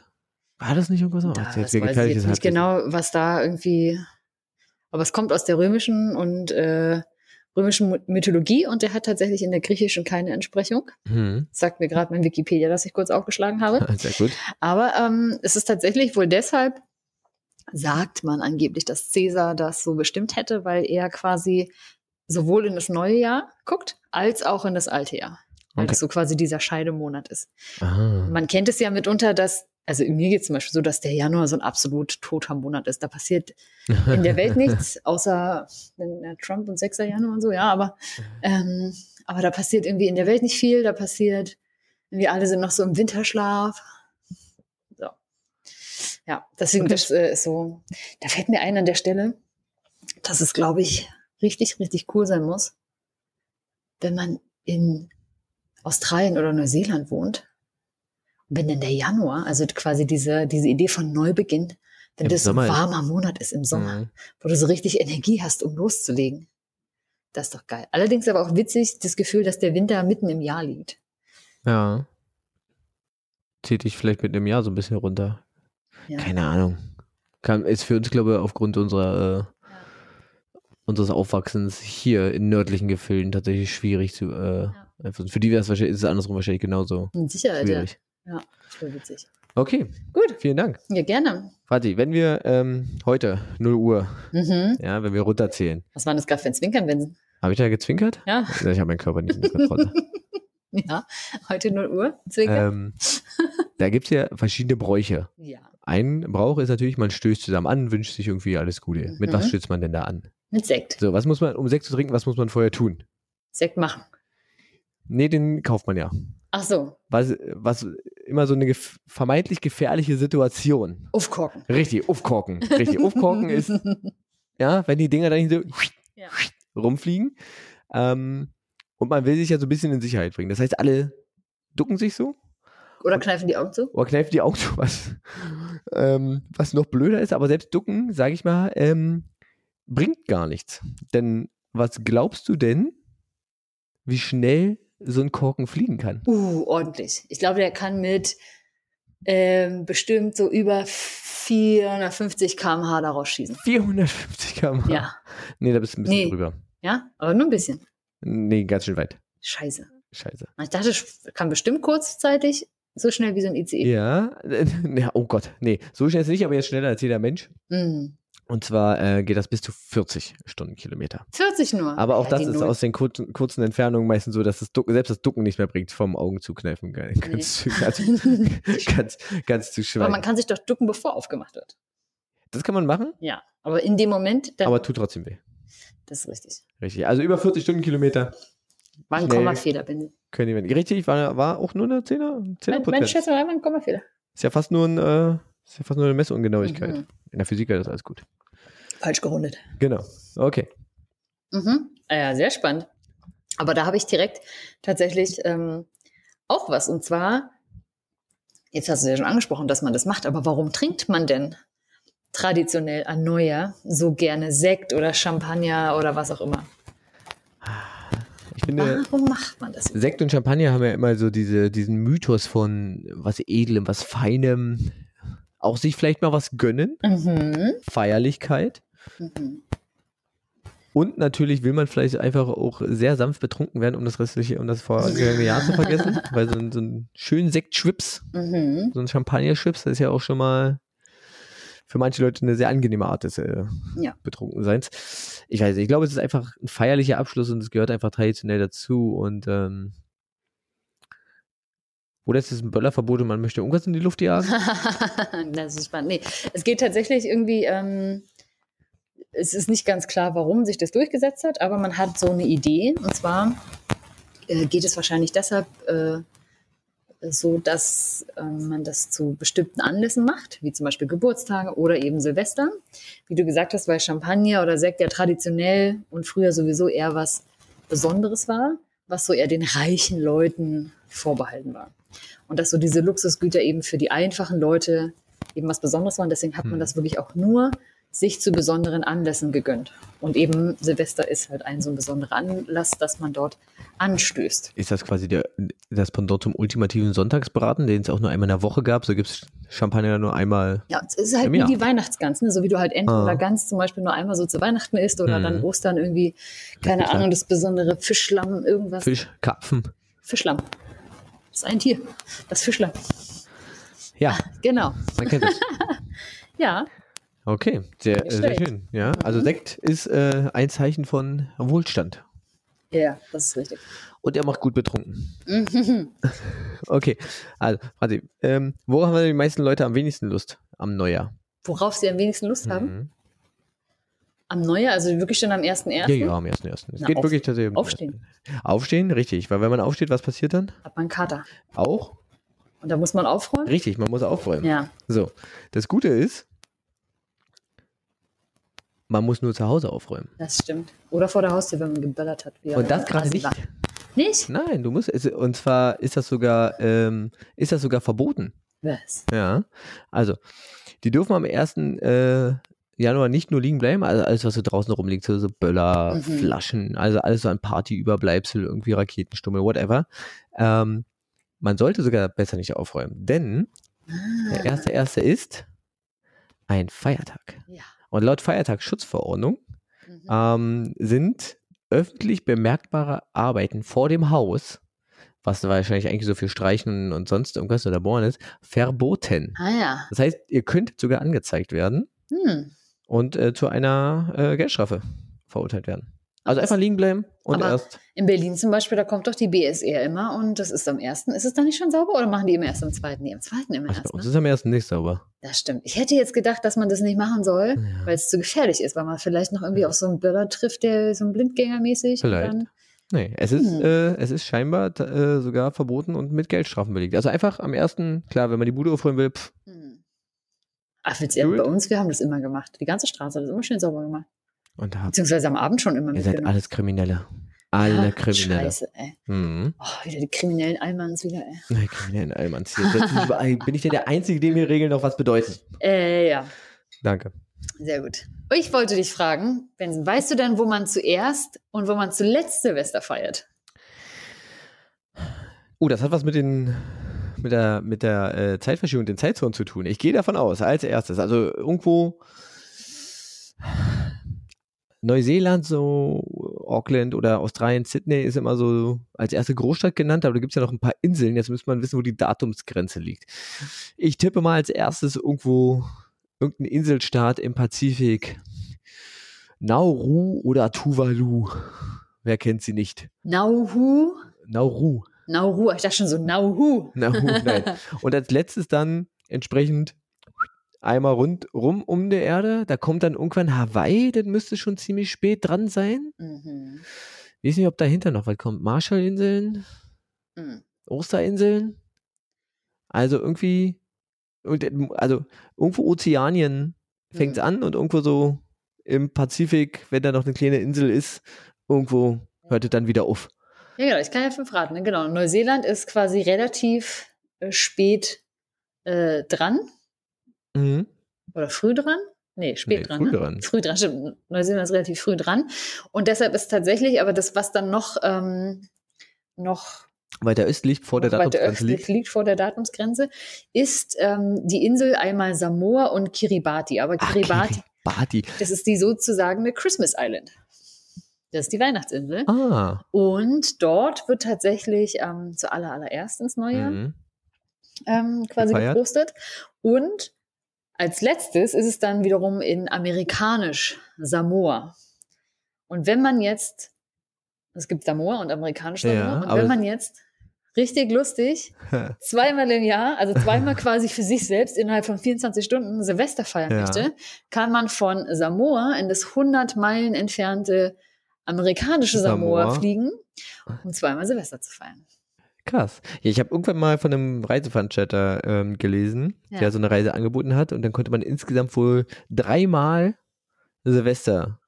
B: War das nicht irgendwas? Oh,
A: Da, das
B: jetzt wir
A: weiß ich
B: gefährliches
A: jetzt nicht
B: Halbwissen.
A: genau, was da irgendwie. Aber es kommt aus der römischen und äh, römischen Mo- Mythologie und der hat tatsächlich in der griechischen keine Entsprechung.
B: Hm. ah,
A: Sagt mir gerade mein Wikipedia, das ich kurz aufgeschlagen habe.
B: Sehr gut.
A: Aber ähm, es ist tatsächlich wohl deshalb, sagt man angeblich, dass Cäsar das so bestimmt hätte, weil er quasi sowohl in das neue Jahr guckt, als auch in das alte Jahr. Weil
B: Okay. Ah.
A: das so quasi dieser Scheidemonat ist.
B: Aha.
A: Man kennt es ja mitunter, dass, also mir geht es zum Beispiel so, dass der Januar so ein absolut toter Monat ist. Da passiert in der Welt nichts, außer wenn der Trump und 6. Januar und so, ja, aber, ähm, aber da passiert irgendwie in der Welt nicht viel, da passiert, wir alle sind noch so im Winterschlaf. So. Ja, deswegen das, äh, ist so, da fällt mir ein an der Stelle, dass es, glaube ich, richtig, richtig cool sein muss, wenn man in Australien oder Neuseeland wohnt, wenn dann der Januar, also quasi diese, diese Idee von Neubeginn, wenn
B: Im
A: das so ein
B: Sommer ist.
A: warmer Monat ist im Sommer
B: Mhm.
A: wo du so richtig Energie hast, um loszulegen. Das ist doch geil. Allerdings aber auch witzig das Gefühl, dass der Winter mitten im Jahr liegt.
B: Ja. Zieht dich vielleicht mit einem Jahr so ein bisschen runter.
A: Ja.
B: Keine Ahnung. Kann, ist für uns, glaube ich, aufgrund unserer, äh, unseres Aufwachsens hier in nördlichen Gefilden tatsächlich schwierig zu. Äh,
A: Ja.
B: einfach- Für die wäre es wahrscheinlich, ist es andersrum wahrscheinlich genauso
A: Mit Sicherheit, ja.
B: schwierig.
A: ja. Voll witzig.
B: Okay.
A: Gut.
B: Vielen Dank.
A: Ja, gerne.
B: Vati, wenn wir ähm, heute 0 Uhr,
A: Mhm.
B: ja, wenn wir runterzählen,
A: Was war denn das gerade für ein Zwinkernwinsen?
B: habe ich da gezwinkert?
A: Ja,
B: Ich habe meinen Körper nicht in der Kontrolle.
A: ja. Heute 0 Uhr. Zwinkern?
B: ähm, da gibt es ja verschiedene Bräuche.
A: Ja.
B: Ein Brauch ist natürlich, man stößt zusammen an, wünscht sich irgendwie alles Gute. Mit
A: Mhm.
B: was stößt man denn da an?
A: Mit Sekt.
B: So, was muss man, um Sekt zu trinken, was muss man vorher tun?
A: Sekt machen.
B: Nee, den kauft man ja.
A: Ach so,
B: Was, was immer so eine gef vermeintlich gefährliche Situation.
A: aufkorken.
B: Richtig, aufkorken. Richtig, aufkorken ist, ja, wenn die Dinger dann so
A: Ja.
B: rumfliegen. Ähm, und man will sich ja so ein bisschen in Sicherheit bringen. Das heißt, alle ducken sich so
A: Oder kneifen die Augen zu?
B: oder kneifen die Augen zu, was, ähm, was noch blöder ist, aber selbst ducken, sage ich mal, ähm, bringt gar nichts. Denn was glaubst du denn, wie schnell so ein Korken fliegen kann?
A: Uh, ordentlich. Ich glaube, der kann mit ähm, bestimmt so über 450 km/h daraus schießen.
B: 450 km.
A: Ja,
B: Nee, da bist du ein bisschen
A: Nee.
B: drüber.
A: ja, aber nur ein bisschen.
B: Nee, ganz schön weit.
A: Scheiße.
B: Scheiße.
A: Ich dachte, es kann bestimmt kurzzeitig so schnell wie so ein E. ICE.
B: Ja, ja, oh Gott, nee, so schnell ist es nicht, aber jetzt schneller als jeder Mensch.
A: Hm.
B: Und zwar äh, geht das bis zu 40 Stundenkilometer.
A: 40 nur.
B: Aber auch
A: Ah, Ja,
B: das
A: die
B: ist
A: Null.
B: aus den kurzen, kurzen Entfernungen meistens so, dass das Ducken, selbst das Ducken nicht mehr bringt, vom Augen zu kneifen. Ganz, zu- ganz, ganz, ganz zu
A: Aber man
B: schweigen.
A: kann sich doch ducken, bevor aufgemacht wird.
B: Das kann man machen,
A: Ja. Aber in dem Moment, dann,
B: aber tut trotzdem weh.
A: das ist richtig.
B: Richtig. Also über 40 Stundenkilometer
A: War ein
B: Schnell.
A: Kommafehler, bin
B: können die wenn- Richtig, war, war auch nur eine 10er, 10er
A: Mein, mein
B: Prozent.
A: Schätzung war ein Kommafehler.
B: Ist ja fast nur ein, äh, ist ja fast nur eine Messungenauigkeit.
A: Mhm.
B: In der Physik wäre das alles gut.
A: Falsch gerundet.
B: Genau. Okay.
A: Mhm. Ah Ja, sehr spannend. Aber da habe ich direkt tatsächlich ähm, auch was. Und zwar, jetzt hast du ja schon angesprochen, dass man das macht, aber warum trinkt man denn traditionell an Neujahr so gerne Sekt oder Champagner oder was auch immer?
B: Ich finde,
A: Warum macht man das?
B: Sekt und Champagner haben ja immer so diese, diesen Mythos von was Edlem, was Feinem, auch sich vielleicht mal was gönnen,
A: Mhm.
B: Feierlichkeit.
A: Mhm.
B: Und natürlich will man vielleicht einfach auch sehr sanft betrunken werden, um das restliche, um das vorangegangene Jahr zu vergessen. Weil so ein, so ein schönen Sekt-Schwips,
A: Mhm.
B: so ein Champagner-Schwips, das ist ja auch schon mal für manche Leute eine sehr angenehme Art des äh,
A: Ja.
B: Betrunkenseins. Ich weiß nicht, ich glaube, es ist einfach ein feierlicher Abschluss und es gehört einfach traditionell dazu. Und ähm, oder es ist ein Böllerverbot und man möchte irgendwas in die Luft jagen.
A: das ist spannend. Nee, es geht tatsächlich irgendwie, ähm, es ist nicht ganz klar, warum sich das durchgesetzt hat, aber man hat so eine Idee. Und zwar äh, geht es wahrscheinlich deshalb äh, so, dass äh, man das zu bestimmten Anlässen macht, wie zum Beispiel Geburtstage oder eben Silvester. Wie du gesagt hast, weil Champagner oder Sekt ja traditionell und früher sowieso eher was Besonderes war, was so eher den reichen Leuten vorbehalten war. Und dass so diese Luxusgüter eben für die einfachen Leute eben was Besonderes waren. Deswegen hat man das wirklich auch nur sich zu besonderen Anlässen gegönnt. Und eben Silvester ist halt ein so ein besonderer Anlass, dass man dort anstößt.
B: Ist das quasi der, das Pendant zum ultimativen Sonntagsbraten, den es auch nur einmal in der Woche gab? So gibt es Champagner nur einmal.
A: Ja, es ist halt
B: Im
A: wie
B: Jahr.
A: die Weihnachtsgans, ne? so wie du halt Enten
B: Ah.
A: oder Gans zum Beispiel nur einmal so zu Weihnachten isst oder
B: Mhm.
A: dann Ostern irgendwie,
B: Ja,
A: keine
B: klar.
A: Ahnung, das besondere Fischlamm, irgendwas.
B: Fisch, Karpfen.
A: Fischlamm. Das ist ein Tier, das Fischlamm.
B: Ja,
A: Genau,
B: man kennt es.
A: ja.
B: Okay, sehr,
A: Nicht
B: sehr
A: schlecht. Mhm.
B: schön. Ja, also Sekt ist äh, ein Zeichen von Wohlstand.
A: Ja, das ist richtig.
B: Und er macht gut betrunken. Okay, also, warte. Ähm, worauf haben die meisten Leute am wenigsten Lust am Neujahr?
A: Worauf sie am wenigsten Lust haben?
B: Mhm.
A: Am Neujahr, also wirklich schon am 1.1.
B: Ja, ja, am 1.1. Es
A: Na,
B: geht
A: auf-
B: wirklich tatsächlich um den
A: aufstehen.
B: ersten. Aufstehen, richtig. Weil wenn man aufsteht, was passiert dann?
A: hat man einen Kater.
B: Auch?
A: Und da muss man aufräumen?
B: Richtig, man muss aufräumen.
A: Ja.
B: So, das Gute ist, man muss nur zu Hause aufräumen.
A: Das stimmt. Oder vor der Haustür, wenn man geböllert hat. Wie
B: Und das gerade
A: also
B: nicht.
A: da- Nicht?
B: Nein, du musst, es- und zwar ist das sogar, ähm, ist das sogar verboten.
A: Was?
B: Ja, also die dürfen am 1. Äh, Januar nicht nur liegen bleiben, also alles, was so draußen rumliegt, so, so Böller,
A: Mhm.
B: Flaschen, also alles so ein Partyüberbleibsel, irgendwie Raketenstummel, whatever. Ähm, man sollte sogar besser nicht aufräumen, denn
A: Ah.
B: der 1.1. ist ein Feiertag.
A: Ja.
B: Und laut Feiertagsschutzverordnung
A: Mhm.
B: ähm, sind öffentlich bemerkbare Arbeiten vor dem Haus, was wahrscheinlich eigentlich so für Streichen und sonst irgendwas oder Bohren ist, verboten.
A: Ah ja.
B: Das heißt, ihr könnt sogar angezeigt werden
A: Hm.
B: und äh, zu einer äh, Geldstrafe verurteilt werden. Also
A: Das-
B: einfach liegen bleiben und
A: aber-
B: erst.
A: In Berlin zum Beispiel, da kommt doch die BSR immer und das ist am ersten. Ist es dann nicht schon sauber oder machen die immer erst am zweiten? Nee, am zweiten immer
B: Also
A: erst.
B: bei uns
A: Ne?
B: ist am ersten nicht sauber.
A: Das stimmt. Ich hätte jetzt gedacht, dass man das nicht machen soll,
B: Ja.
A: weil es zu gefährlich ist, weil man vielleicht noch irgendwie auf so einen Böller trifft, der so ein Blindgänger mäßig. und
B: Vielleicht.
A: Dann,
B: Nee, es ist,
A: Hm.
B: äh, es ist scheinbar t- äh, sogar verboten und mit Geldstrafen belegt. Also einfach am ersten, klar, wenn man die Bude aufräumen will, pff,
A: hm. Ach, willst du
B: Gut.
A: bei uns? Wir haben das immer gemacht. Die ganze Straße hat das immer schön sauber gemacht.
B: und da
A: Beziehungsweise am Abend schon immer
B: Ihr seid
A: mitgenommen.
B: alles Kriminelle. Alle
A: Ah,
B: Kriminelle.
A: genau. Scheiße, ey.
B: Mhm.
A: Oh, wieder die kriminellen Allmanns wieder, ey.
B: Nein, Kriminellen, Allmanns. Hier sitzen überall. Bin ich denn der Einzige, dem hier Regeln noch was bedeuten?
A: Äh, ja,
B: Danke.
A: sehr gut. Ich wollte dich fragen, Benson, weißt du denn, wo man zuerst und wo man zuletzt Silvester feiert?
B: Oh, das hat was mit den mit der, mit der äh, Zeitverschiebung, den Zeitzonen zu tun. Ich gehe davon aus, als erstes. Also irgendwo Neuseeland, so Auckland oder Australien, Sydney ist immer so als erste Großstadt genannt, aber da gibt es ja noch ein paar Inseln. Jetzt müsste man wissen, wo die Datumsgrenze liegt. Ich tippe mal als erstes irgendwo irgendein Inselstaat im Pazifik. Nauru oder Tuvalu. Wer kennt sie nicht?
A: Nauhu?
B: Nauru.
A: Nauhu, ich dachte schon so, Nauhu.
B: Na gut, nein. Und als letztes dann entsprechend einmal rund rum um der Erde. Da kommt dann irgendwann Hawaii, das müsste schon ziemlich spät dran sein.
A: Mhm.
B: Ich weiß nicht, ob dahinter noch was kommt. Marshallinseln,
A: Mhm.
B: Osterinseln. Also irgendwie, und, ähm, also irgendwo Ozeanien fängt
A: Mhm.
B: es an und irgendwo so im Pazifik, wenn da noch eine kleine Insel ist, irgendwo hört es dann wieder auf.
A: Ja, genau, ich kann ja fünf raten. Ne? Genau, Neuseeland ist quasi relativ äh, spät äh, dran
B: Mhm.
A: oder früh dran. Nee, spät
B: Nee,
A: dran.
B: früh
A: ne?
B: dran.
A: Früh dran, stimmt. Neuseeland ist relativ früh dran. Und deshalb ist tatsächlich aber das, was dann noch, ähm, noch
B: Weiter östlich, vor der
A: noch weiter
B: Datumsgrenze
A: östlich
B: liegt.
A: liegt. vor der Datumsgrenze, ist ähm, die Insel einmal Samoa und Kiribati. Aber
B: Ach,
A: Kiribati,
B: Ah, Kiribati.
A: das ist die sozusagen eine Christmas Island. Das ist die Weihnachtsinsel.
B: Ah.
A: Und dort wird tatsächlich ähm, zu aller, allererst ins neue Jahr
B: Mhm.
A: ähm, quasi
B: Gefeiert.
A: gepostet. Und als letztes ist es dann wiederum in amerikanisch Samoa. Und wenn man jetzt, es gibt Samoa und amerikanisch Samoa,
B: Ja,
A: und
B: aber-
A: wenn man jetzt Richtig lustig. Zweimal im Jahr, also zweimal quasi für sich selbst innerhalb von 24 Stunden Silvester feiern
B: Ja.
A: möchte, kann man von Samoa in das 100 Meilen entfernte amerikanische Samoa,
B: Samoa.
A: fliegen, um zweimal Silvester zu feiern.
B: Krass. Ja, ich habe irgendwann mal von einem Reiseveranstalter ähm, gelesen,
A: Ja.
B: der so eine Reise angeboten hat und dann konnte man insgesamt wohl dreimal Silvester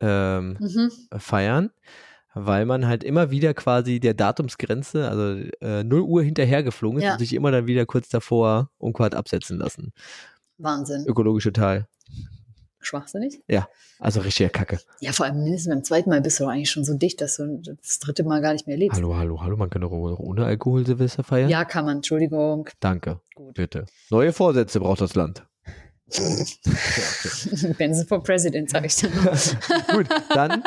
B: ähm,
A: Mhm.
B: feiern, weil man halt immer wieder quasi der Datumsgrenze, also äh, 0 Uhr hinterhergeflogen ist
A: Ja.
B: und sich immer dann wieder kurz davor und hat absetzen lassen.
A: Wahnsinn.
B: Ökologische Teil.
A: Schwachsinnig.
B: Also richtiger Kacke.
A: Ja, vor allem mindestens beim zweiten Mal bist du doch eigentlich schon so dicht, dass du das dritte Mal gar nicht mehr lebst.
B: Hallo, hallo, hallo, man kann doch auch ohne Alkohol Silvester feiern?
A: Ja, kann man. Entschuldigung.
B: Danke,
A: Gut.
B: bitte. Neue Vorsätze braucht das Land.
A: Benson for President, sage ich dann.
B: Gut, dann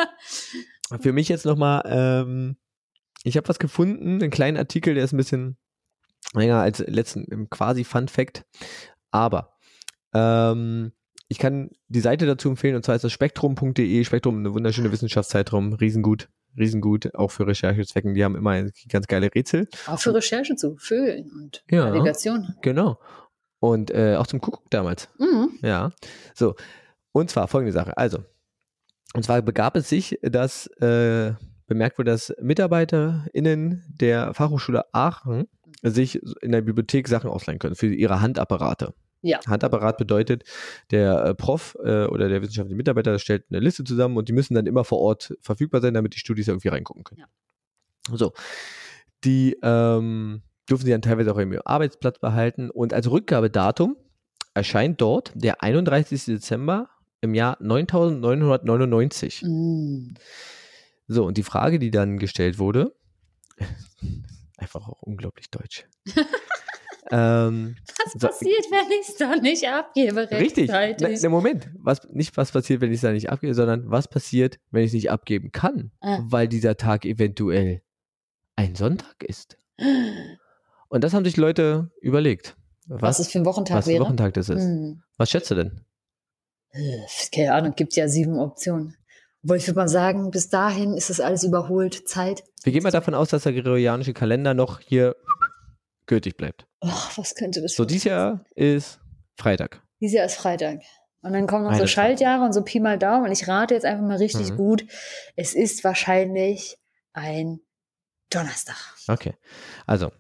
B: für mich jetzt nochmal, ähm, ich habe was gefunden, einen kleinen Artikel, der ist ein bisschen länger als letzten, ähm, quasi Fun Fact, aber ähm, ich kann die Seite dazu empfehlen und zwar ist das spektrum.de, Spektrum, eine wunderschöne Wissenschaftszeitraum, riesengut, riesengut, auch für Recherchezwecken, die haben immer ganz geile Rätsel.
A: Auch für Recherche zu Vögeln und
B: Ja.
A: Navigation.
B: Genau. Und äh, auch zum Kuckuck damals.
A: Mhm.
B: Ja, so. Und zwar folgende Sache. Also, und zwar begab es sich, dass äh, bemerkt wurde, dass MitarbeiterInnen der Fachhochschule Aachen sich in der Bibliothek Sachen ausleihen können für ihre Handapparate.
A: Ja.
B: Handapparat bedeutet, der äh, Prof äh, oder der wissenschaftliche Mitarbeiter stellt eine Liste zusammen und die müssen dann immer vor Ort verfügbar sein, damit die Studis irgendwie reingucken können. So. Die ähm, dürfen sie dann teilweise auch im Arbeitsplatz behalten und als Rückgabedatum erscheint dort der 31. Dezember im Jahr 9999.
A: Mhm.
B: So, und die Frage, die dann gestellt wurde, einfach auch unglaublich deutsch. ähm,
A: Was
B: So.
A: passiert, wenn ich es dann nicht abgebe?
B: richtig. Na,
A: rechtzeitig?
B: na, Ne, Moment. Was, nicht, was passiert, wenn ich es da nicht abgebe, sondern was passiert, wenn ich es nicht abgeben kann,
A: Ah.
B: weil dieser Tag eventuell ein Sonntag ist. Und das haben sich Leute überlegt.
A: Was
B: Was,
A: es für ein Wochentag
B: was
A: wäre?
B: Wochentag das ist.
A: Mhm.
B: Was schätzt du denn?
A: Äh, Keine Ahnung, gibt ja sieben Optionen. Obwohl ich würde mal sagen, bis dahin ist das alles überholt. Zeit.
B: Wir gehen mal davon aus, dass der gregorianische Kalender noch hier gültig bleibt.
A: Och, was könnte das
B: So,
A: für-
B: dieses Jahr ist Freitag.
A: Dieses Jahr ist Freitag. Und dann kommen noch so
B: Einundzwanzig.
A: Schaltjahre und so Pi mal Daumen. Und ich rate jetzt einfach mal richtig
B: Mhm.
A: gut. Es ist wahrscheinlich ein Donnerstag.
B: Okay. Also,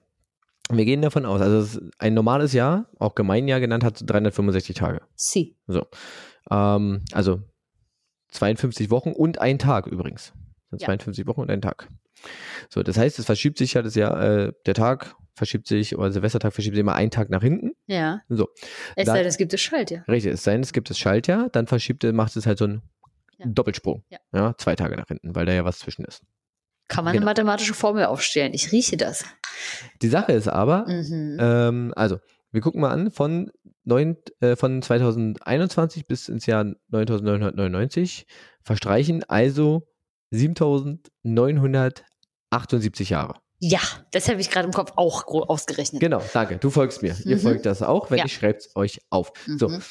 B: wir gehen davon aus, also es ist ein normales Jahr, auch Gemeinjahr genannt, hat 365 Tage.
A: Sie.
B: Ähm, also 52 Wochen und ein Tag übrigens. Das sind
A: Ja.
B: 52 Wochen und ein Tag. So, das heißt, es verschiebt sich ja das Jahr, äh, der Tag verschiebt sich, oder Silvestertag verschiebt sich immer einen Tag nach hinten.
A: Ja.
B: So.
A: Es
B: Da-
A: sei denn, es gibt das Schaltjahr.
B: Richtig, es sei denn, es gibt das Schaltjahr, dann verschiebt, macht es halt so einen
A: Ja.
B: Doppelsprung.
A: Ja.
B: ja. Zwei Tage nach hinten, weil da ja was zwischen ist.
A: Kann man
B: Genau.
A: eine mathematische Formel aufstellen. Ich rieche das.
B: Die Sache ist aber,
A: Mhm.
B: Ähm, also, wir gucken mal an, von, neun, äh, von 2021 bis ins Jahr 9999 verstreichen also 7978 Jahre.
A: Ja, das habe ich gerade im Kopf auch gro- ausgerechnet.
B: Genau, danke. Du folgst mir. Ihr
A: Mhm.
B: folgt das auch. Wenn
A: Ja.
B: ich schreibe es euch auf. So,
A: Mhm.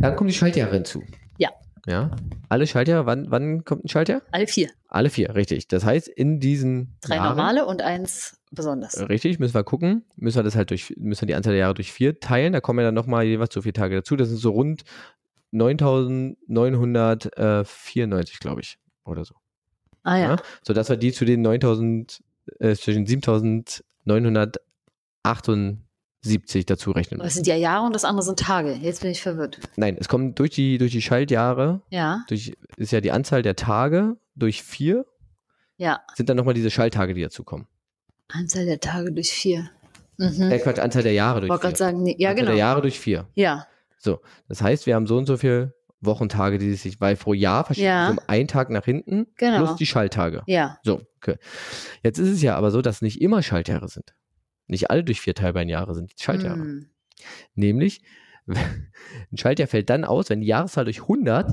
B: dann kommen die Schaltjahre hinzu.
A: Ja.
B: Ja. Alle Schaltjahre, wann, wann kommt ein Schaltjahr?
A: Alle vier.
B: Alle vier, richtig. Das heißt, in diesen
A: Drei
B: Jahren,
A: normale und eins besonders.
B: Richtig, müssen wir gucken. Müssen wir das halt durch, müssen wir die Anzahl der Jahre durch vier teilen. Da kommen ja dann nochmal jeweils so vier Tage dazu. Das sind so rund 9994, glaube ich. Oder so.
A: ah ja.
B: Ja? So, dass wir die zu den 9000, äh, zwischen 7978 dazu rechnen.
A: Das sind ja Jahre und das andere sind Tage. Jetzt bin ich verwirrt.
B: Nein, es kommen durch die, durch die Schaltjahre,
A: Ja,
B: durch, ist ja die Anzahl der Tage durch vier,
A: ja.
B: sind dann nochmal diese Schalttage, die dazukommen.
A: Anzahl der Tage durch vier. Mhm.
B: Äh, Quatsch, Anzahl der Jahre durch
A: wollte
B: vier.
A: gerade sagen, nee, ja,
B: Anzahl
A: genau.
B: der Jahre durch vier.
A: Ja,
B: Das heißt, wir haben so und so viele Wochentage, die sich, weil pro Jahr verschiebt
A: Ja.
B: sich um einen Tag nach hinten
A: Genau.
B: plus die Schalltage.
A: ja.
B: So, okay. Jetzt ist es ja aber so, dass nicht immer Schaltjahre sind. Nicht alle durch vier Teilbeinjahre sind Schaltjahre.
A: Hm.
B: Nämlich, ein Schaltjahr fällt dann aus, wenn die Jahreszahl durch 100,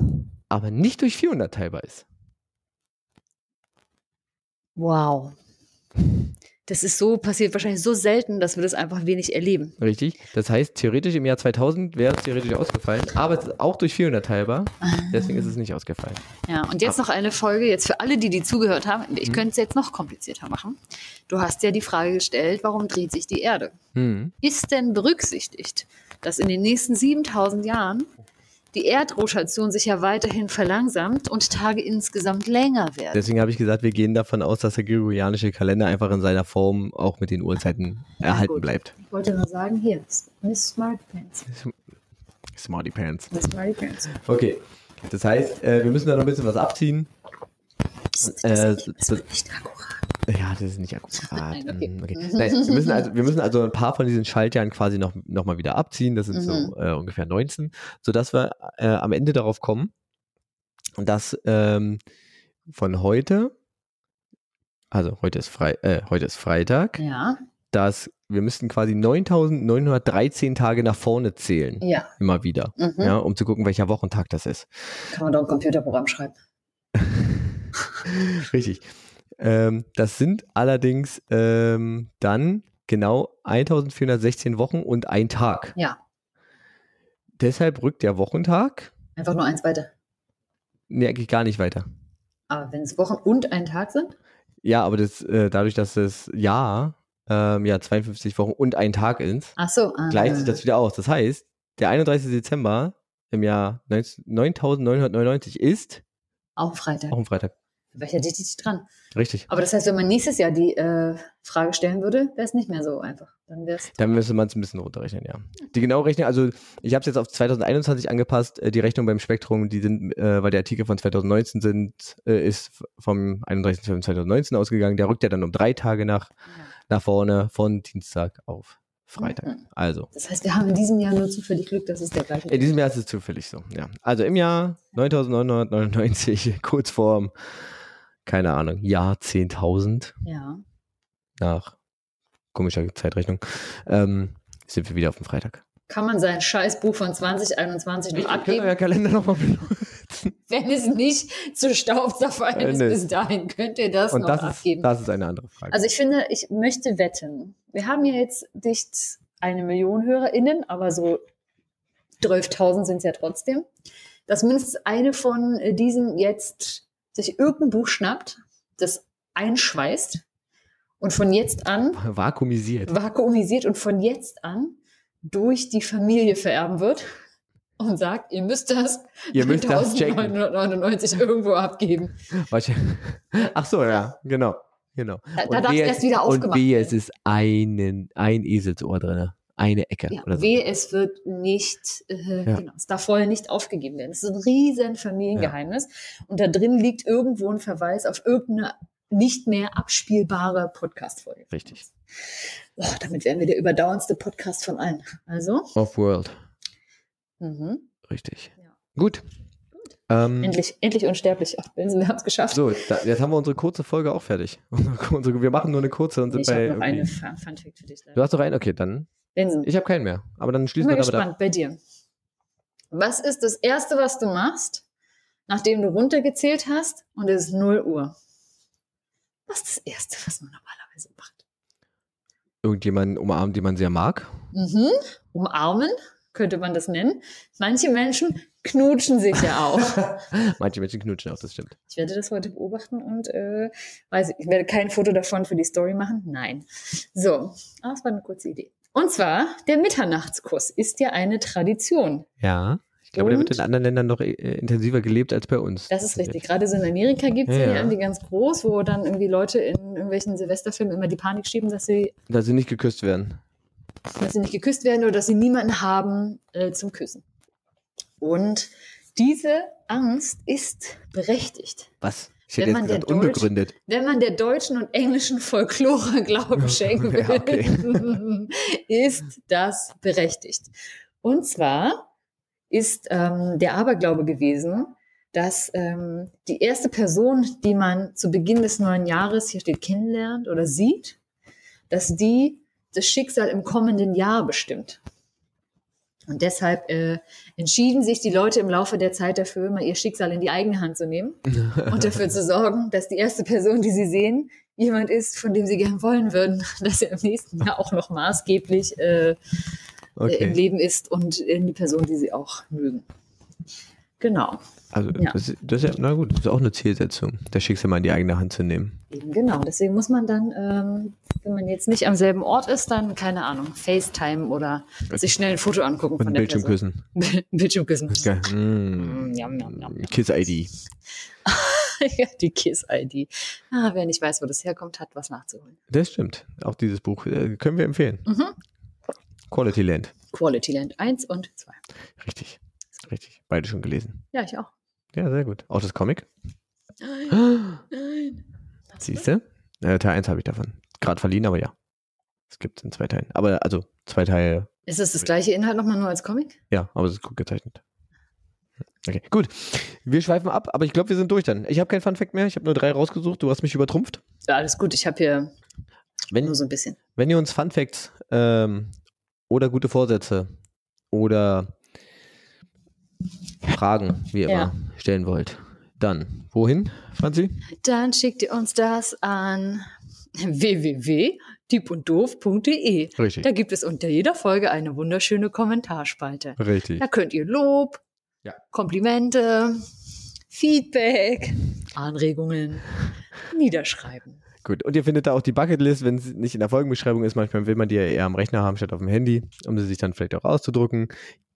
B: aber nicht durch 400 teilbar ist.
A: Wow. Das ist so passiert wahrscheinlich so selten, dass wir das einfach wenig erleben.
B: Richtig. Das heißt, theoretisch im Jahr 2000 wäre es theoretisch ausgefallen, aber es ist auch durch 400 teilbar. Deswegen ist es nicht ausgefallen.
A: Ja, und jetzt noch eine Folge, jetzt für alle, die die zugehört haben. Ich könnte es jetzt noch komplizierter machen. Du hast ja die Frage gestellt, warum dreht sich die Erde?
B: Hm.
A: Ist denn berücksichtigt, dass in den nächsten 7000 Jahren die Erdrotation sich ja weiterhin verlangsamt und Tage insgesamt länger werden?
B: Deswegen habe ich gesagt, wir gehen davon aus, dass der gregorianische Kalender einfach in seiner Form auch mit den Uhrzeiten erhalten
A: gut.
B: bleibt.
A: Ich wollte nur sagen, hier, Miss Smart Pants.
B: Smarty Pants.
A: Miss Smart Pants.
B: Okay. Das heißt, äh, wir müssen da noch ein bisschen was abziehen. Äh, so-
A: Nicht akkurat.
B: ja, das ist nicht akkurat.
A: Nein, okay.
B: Mm, okay. Nein, wir, müssen also, wir müssen also ein paar von diesen Schaltjahren quasi noch, noch mal wieder abziehen. Das sind so äh, ungefähr 19, sodass wir äh, am Ende darauf kommen, dass ähm, von heute, also heute ist, Frei, äh, heute ist Freitag,
A: Ja,
B: dass wir müssten quasi 9.913 Tage nach vorne zählen.
A: ja.
B: Immer wieder.
A: Mhm.
B: Ja, um zu gucken, welcher Wochentag das ist.
A: Kann man doch ein Computerprogramm schreiben. Hm.
B: Richtig. Ähm, das sind allerdings ähm, dann genau 1416 Wochen und ein Tag.
A: Ja,
B: Deshalb rückt der Wochentag
A: einfach nur eins weiter.
B: nee, eigentlich gar nicht weiter.
A: Aber wenn es Wochen und ein Tag sind,
B: Ja, aber das, äh, dadurch, dass das Jahr ähm, ja 52 Wochen und ein Tag ist,
A: ach so. ah.
B: gleicht sich das wieder aus. Das heißt, der 31. Dezember im Jahr 19 9999 ist
A: Auch Freitag.
B: auch ein Freitag.
A: Welcher dicht dicht dran.
B: Richtig.
A: Aber das heißt, wenn man nächstes Jahr die äh, Frage stellen würde, wäre es nicht mehr so einfach. Dann wäre es.
B: Dann müsste man es ein bisschen runterrechnen, ja. Die genaue Rechnung, also ich habe es jetzt auf 2021 angepasst. äh, Die Rechnung beim Spektrum, die sind, äh, weil der Artikel von 2019 sind, äh, ist f- vom 31.05.2019 ausgegangen. Der rückt ja dann um drei Tage nach, nach vorne von Dienstag auf Freitag.
A: Mhm.
B: Also,
A: Das heißt, wir haben in diesem Jahr nur zufällig Glück, dass es der gleiche
B: in diesem Jahr ist es zufällig so, ja. Also im Jahr 9999, kurz vorm, keine Ahnung, Jahr 10.000
A: Ja.
B: nach komischer Zeitrechnung, ähm, sind wir wieder auf dem Freitag.
A: Kann man sein Scheißbuch von 2021 noch
B: Können wir
A: abgeben,
B: euer Kalender nochmal benutzen?
A: wenn es nicht zu Staub zerfallen
B: Äh,
A: ist?
B: nö.
A: Bis dahin könnt ihr das noch
B: Und das
A: abgeben.
B: ist, das ist eine andere Frage.
A: Also ich finde, ich möchte wetten. Wir haben ja jetzt nicht eine Million HörerInnen, aber so 12.000 sind es ja trotzdem. Dass mindestens eine von äh, diesen jetzt sich irgendein Buch schnappt, das einschweißt und von jetzt an
B: Vakuumisiert.
A: vakuumisiert und von jetzt an durch die Familie vererben wird und sagt, ihr müsst das
B: Ihr müsst das checken.
A: 1999 irgendwo abgeben.
B: Wahrscheinlich- Ach so, ja, genau. genau.
A: Da- da
B: Und
A: darf's
B: wehe,
A: erst wieder
B: Und
A: aufgemacht
B: wehe,
A: werden.
B: es ist einen, ein Eselsohr drin. Eine Ecke.
A: Ja,
B: oder so.
A: wehe, es wird nicht, äh,
B: Ja.
A: genau, es darf vorher nicht aufgegeben werden. Es ist ein riesen Familiengeheimnis. Und da drin liegt irgendwo ein Verweis auf irgendeine nicht mehr abspielbare Podcast-Folge.
B: Richtig.
A: Oh, damit wären wir der überdauerndste Podcast von allen. Also,
B: Off-World.
A: mhm.
B: Richtig.
A: Ja.
B: Gut. Ähm,
A: endlich, endlich unsterblich. Ach, Benson, wir haben es geschafft.
B: so, da, jetzt haben wir unsere kurze Folge auch fertig. Unsere, unsere, wir machen nur eine kurze und sind
A: ich
B: bei.
A: habe noch
B: irgendwie-
A: eine Fun Fact für dich.
B: Du hast noch einen? Okay, dann.
A: Benson, ich
B: Ich habe keinen mehr. Aber dann
A: bin
B: schließen
A: mal
B: wir damit ab.
A: gespannt bei dir. Was ist das Erste, was du machst, nachdem du runtergezählt hast und es ist 0 Uhr? Was ist das Erste, was man normalerweise macht?
B: Irgendjemanden umarmen, den man sehr mag.
A: Mhm. Umarmen könnte man das nennen. Manche Menschen knutschen sich ja auch.
B: Manche Menschen knutschen auch, das stimmt.
A: Ich werde das heute beobachten und äh, weiß ich, ich werde kein Foto davon für die Story machen. Nein. So, aber es war eine kurze Idee. Und zwar, der Mitternachtskuss ist ja eine Tradition.
B: Ja. Ich glaube, der
A: Und?
B: wird in anderen Ländern noch äh, intensiver gelebt als bei uns.
A: Das ist richtig. Gerade so in Amerika gibt es
B: Ja,
A: ja,
B: ja.
A: irgendwie ganz groß, wo dann irgendwie Leute in irgendwelchen Silvesterfilmen immer die Panik schieben, dass sie,
B: Dass sie nicht geküsst werden.
A: dass sie nicht geküsst werden oder dass sie niemanden haben äh, zum Küssen. Und diese Angst ist berechtigt.
B: Was? Ich
A: Wenn
B: hätte
A: man
B: jetzt
A: der
B: gesagt,
A: Deutsch- äh,
B: unbegründet.
A: Wenn man der deutschen und englischen Folklore Glauben schenken will,
B: Ja,
A: ist das berechtigt. Und zwar ist ähm, der Aberglaube gewesen, dass ähm, die erste Person, die man zu Beginn des neuen Jahres hier steht kennenlernt oder sieht, dass die das Schicksal im kommenden Jahr bestimmt. Und deshalb äh, entschieden sich die Leute im Laufe der Zeit dafür, mal ihr Schicksal in die eigene Hand zu nehmen und dafür zu sorgen, dass die erste Person, die sie sehen, jemand ist, von dem sie gern wollen würden, dass er im nächsten Jahr auch noch maßgeblich äh,
B: Okay.
A: im Leben ist und äh, die Person, die sie auch mögen. Genau,
B: Also,
A: Ja.
B: das, ist- das ist ja, na gut, das ist auch eine Zielsetzung, das Schicksal mal in die eigene Hand zu nehmen.
A: eben genau. Deswegen muss man dann, ähm, wenn man jetzt nicht am selben Ort ist, dann, keine Ahnung, FaceTime oder sich schnell ein Foto angucken
B: Und
A: Oh, von
B: ein
A: der
B: Bildschirm
A: Person.
B: küssen.
A: Bildschirm küssen.
B: Geil. Mm.
A: Mm, Yum, yum, yum, yum.
B: Kiss-ID.
A: Ja, die Kiss-ID. Ah, wer nicht weiß, wo das herkommt, hat was nachzuholen.
B: Das stimmt. Auch dieses Buch äh, können wir empfehlen.
A: Mhm.
B: Quality Land.
A: Quality Land 1 und 2.
B: Richtig. Richtig. Beide schon gelesen.
A: Ja, ich auch.
B: Ja, sehr gut. Auch das Comic.
A: Nein,
B: Siehst
A: nein. Hast du?
B: du? Äh, Teil 1 habe ich davon. Gerade verliehen, aber ja. Es gibt es in zwei Teilen. Aber also zwei Teile,
A: Ist das das gleiche Inhalt nochmal nur als Comic?
B: ja, aber es ist gut gezeichnet. Okay, gut. Wir schweifen ab, aber ich glaube, wir sind durch dann. Ich habe kein Funfact mehr. Ich habe nur drei rausgesucht. Du hast mich übertrumpft.
A: Ja, alles gut. Ich habe hier
B: Wenn,
A: nur so ein bisschen.
B: Wenn ihr uns Fun Facts ähm, oder gute Vorsätze oder Fragen, wie immer,
A: Ja.
B: stellen wollt, dann wohin, Franzi?
A: Dann schickt ihr uns das an www.diepunddoof.de.
B: Richtig.
A: Da gibt es unter jeder Folge eine wunderschöne Kommentarspalte.
B: Richtig.
A: Da könnt ihr Lob,
B: Ja.
A: Komplimente, Feedback, Anregungen niederschreiben.
B: Gut. Und ihr findet da auch die Bucketlist, wenn es nicht in der Folgenbeschreibung ist. Manchmal will man die ja eher am Rechner haben statt auf dem Handy, um sie sich dann vielleicht auch auszudrucken.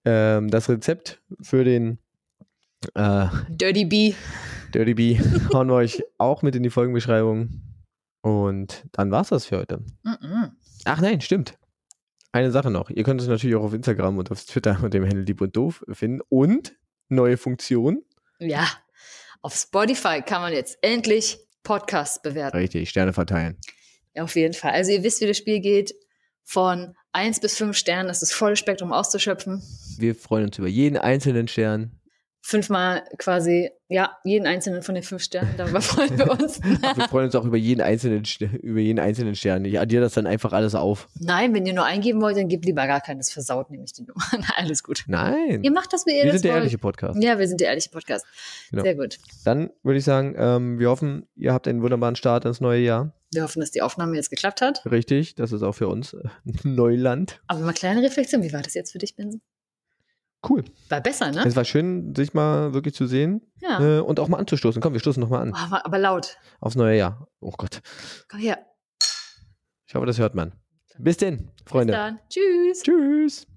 B: Ähm, das Rezept für den äh,
A: Dirty Bee.
B: Dirty Bee hauen wir euch auch mit in die Folgenbeschreibung. Und dann war's das für heute.
A: Mhm.
B: Ach nein, stimmt. Eine Sache noch. Ihr könnt uns natürlich auch auf Instagram und auf Twitter unter dem Handel Lieb und Doof finden. Und neue Funktion.
A: Ja, auf Spotify kann man jetzt endlich Podcasts bewerten.
B: Richtig, Sterne verteilen.
A: Auf jeden Fall. Also ihr wisst, wie das Spiel geht. Von 1 bis 5 Sternen ist das volle Spektrum auszuschöpfen.
B: Wir freuen uns über jeden einzelnen Stern.
A: Fünfmal quasi, ja, jeden einzelnen von den fünf Sternen, darüber freuen wir uns.
B: Aber wir freuen uns auch über jeden einzelnen, Ster- über jeden einzelnen Stern. Ich addiere das dann einfach alles auf.
A: Nein, wenn ihr nur eingeben wollt, dann gebt lieber gar keines versaut, nämlich die Nummer. Na, Alles gut.
B: Nein.
A: Ihr macht das, wie ihr das
B: Wir sind der
A: wollt.
B: ehrliche Podcast.
A: Ja, wir sind der ehrliche Podcast.
B: Genau.
A: Sehr gut.
B: Dann würde ich sagen, ähm, wir hoffen, ihr habt einen wunderbaren Start ins neue Jahr.
A: Wir hoffen, dass die Aufnahme jetzt geklappt hat.
B: Richtig, das ist auch für uns äh, Neuland.
A: Aber mal kleine Reflexion, wie war das jetzt für dich, Benson?
B: Cool.
A: War besser, ne?
B: Es war schön, sich mal wirklich zu sehen
A: Ja.
B: Also, äh, und auch mal anzustoßen. Komm, wir stoßen nochmal an.
A: Oh, war aber laut.
B: aufs neue Jahr. Oh Gott.
A: Komm her.
B: Ich hoffe, das hört man. Bis denn, Freunde.
A: Bis dann. Tschüss.
B: Tschüss.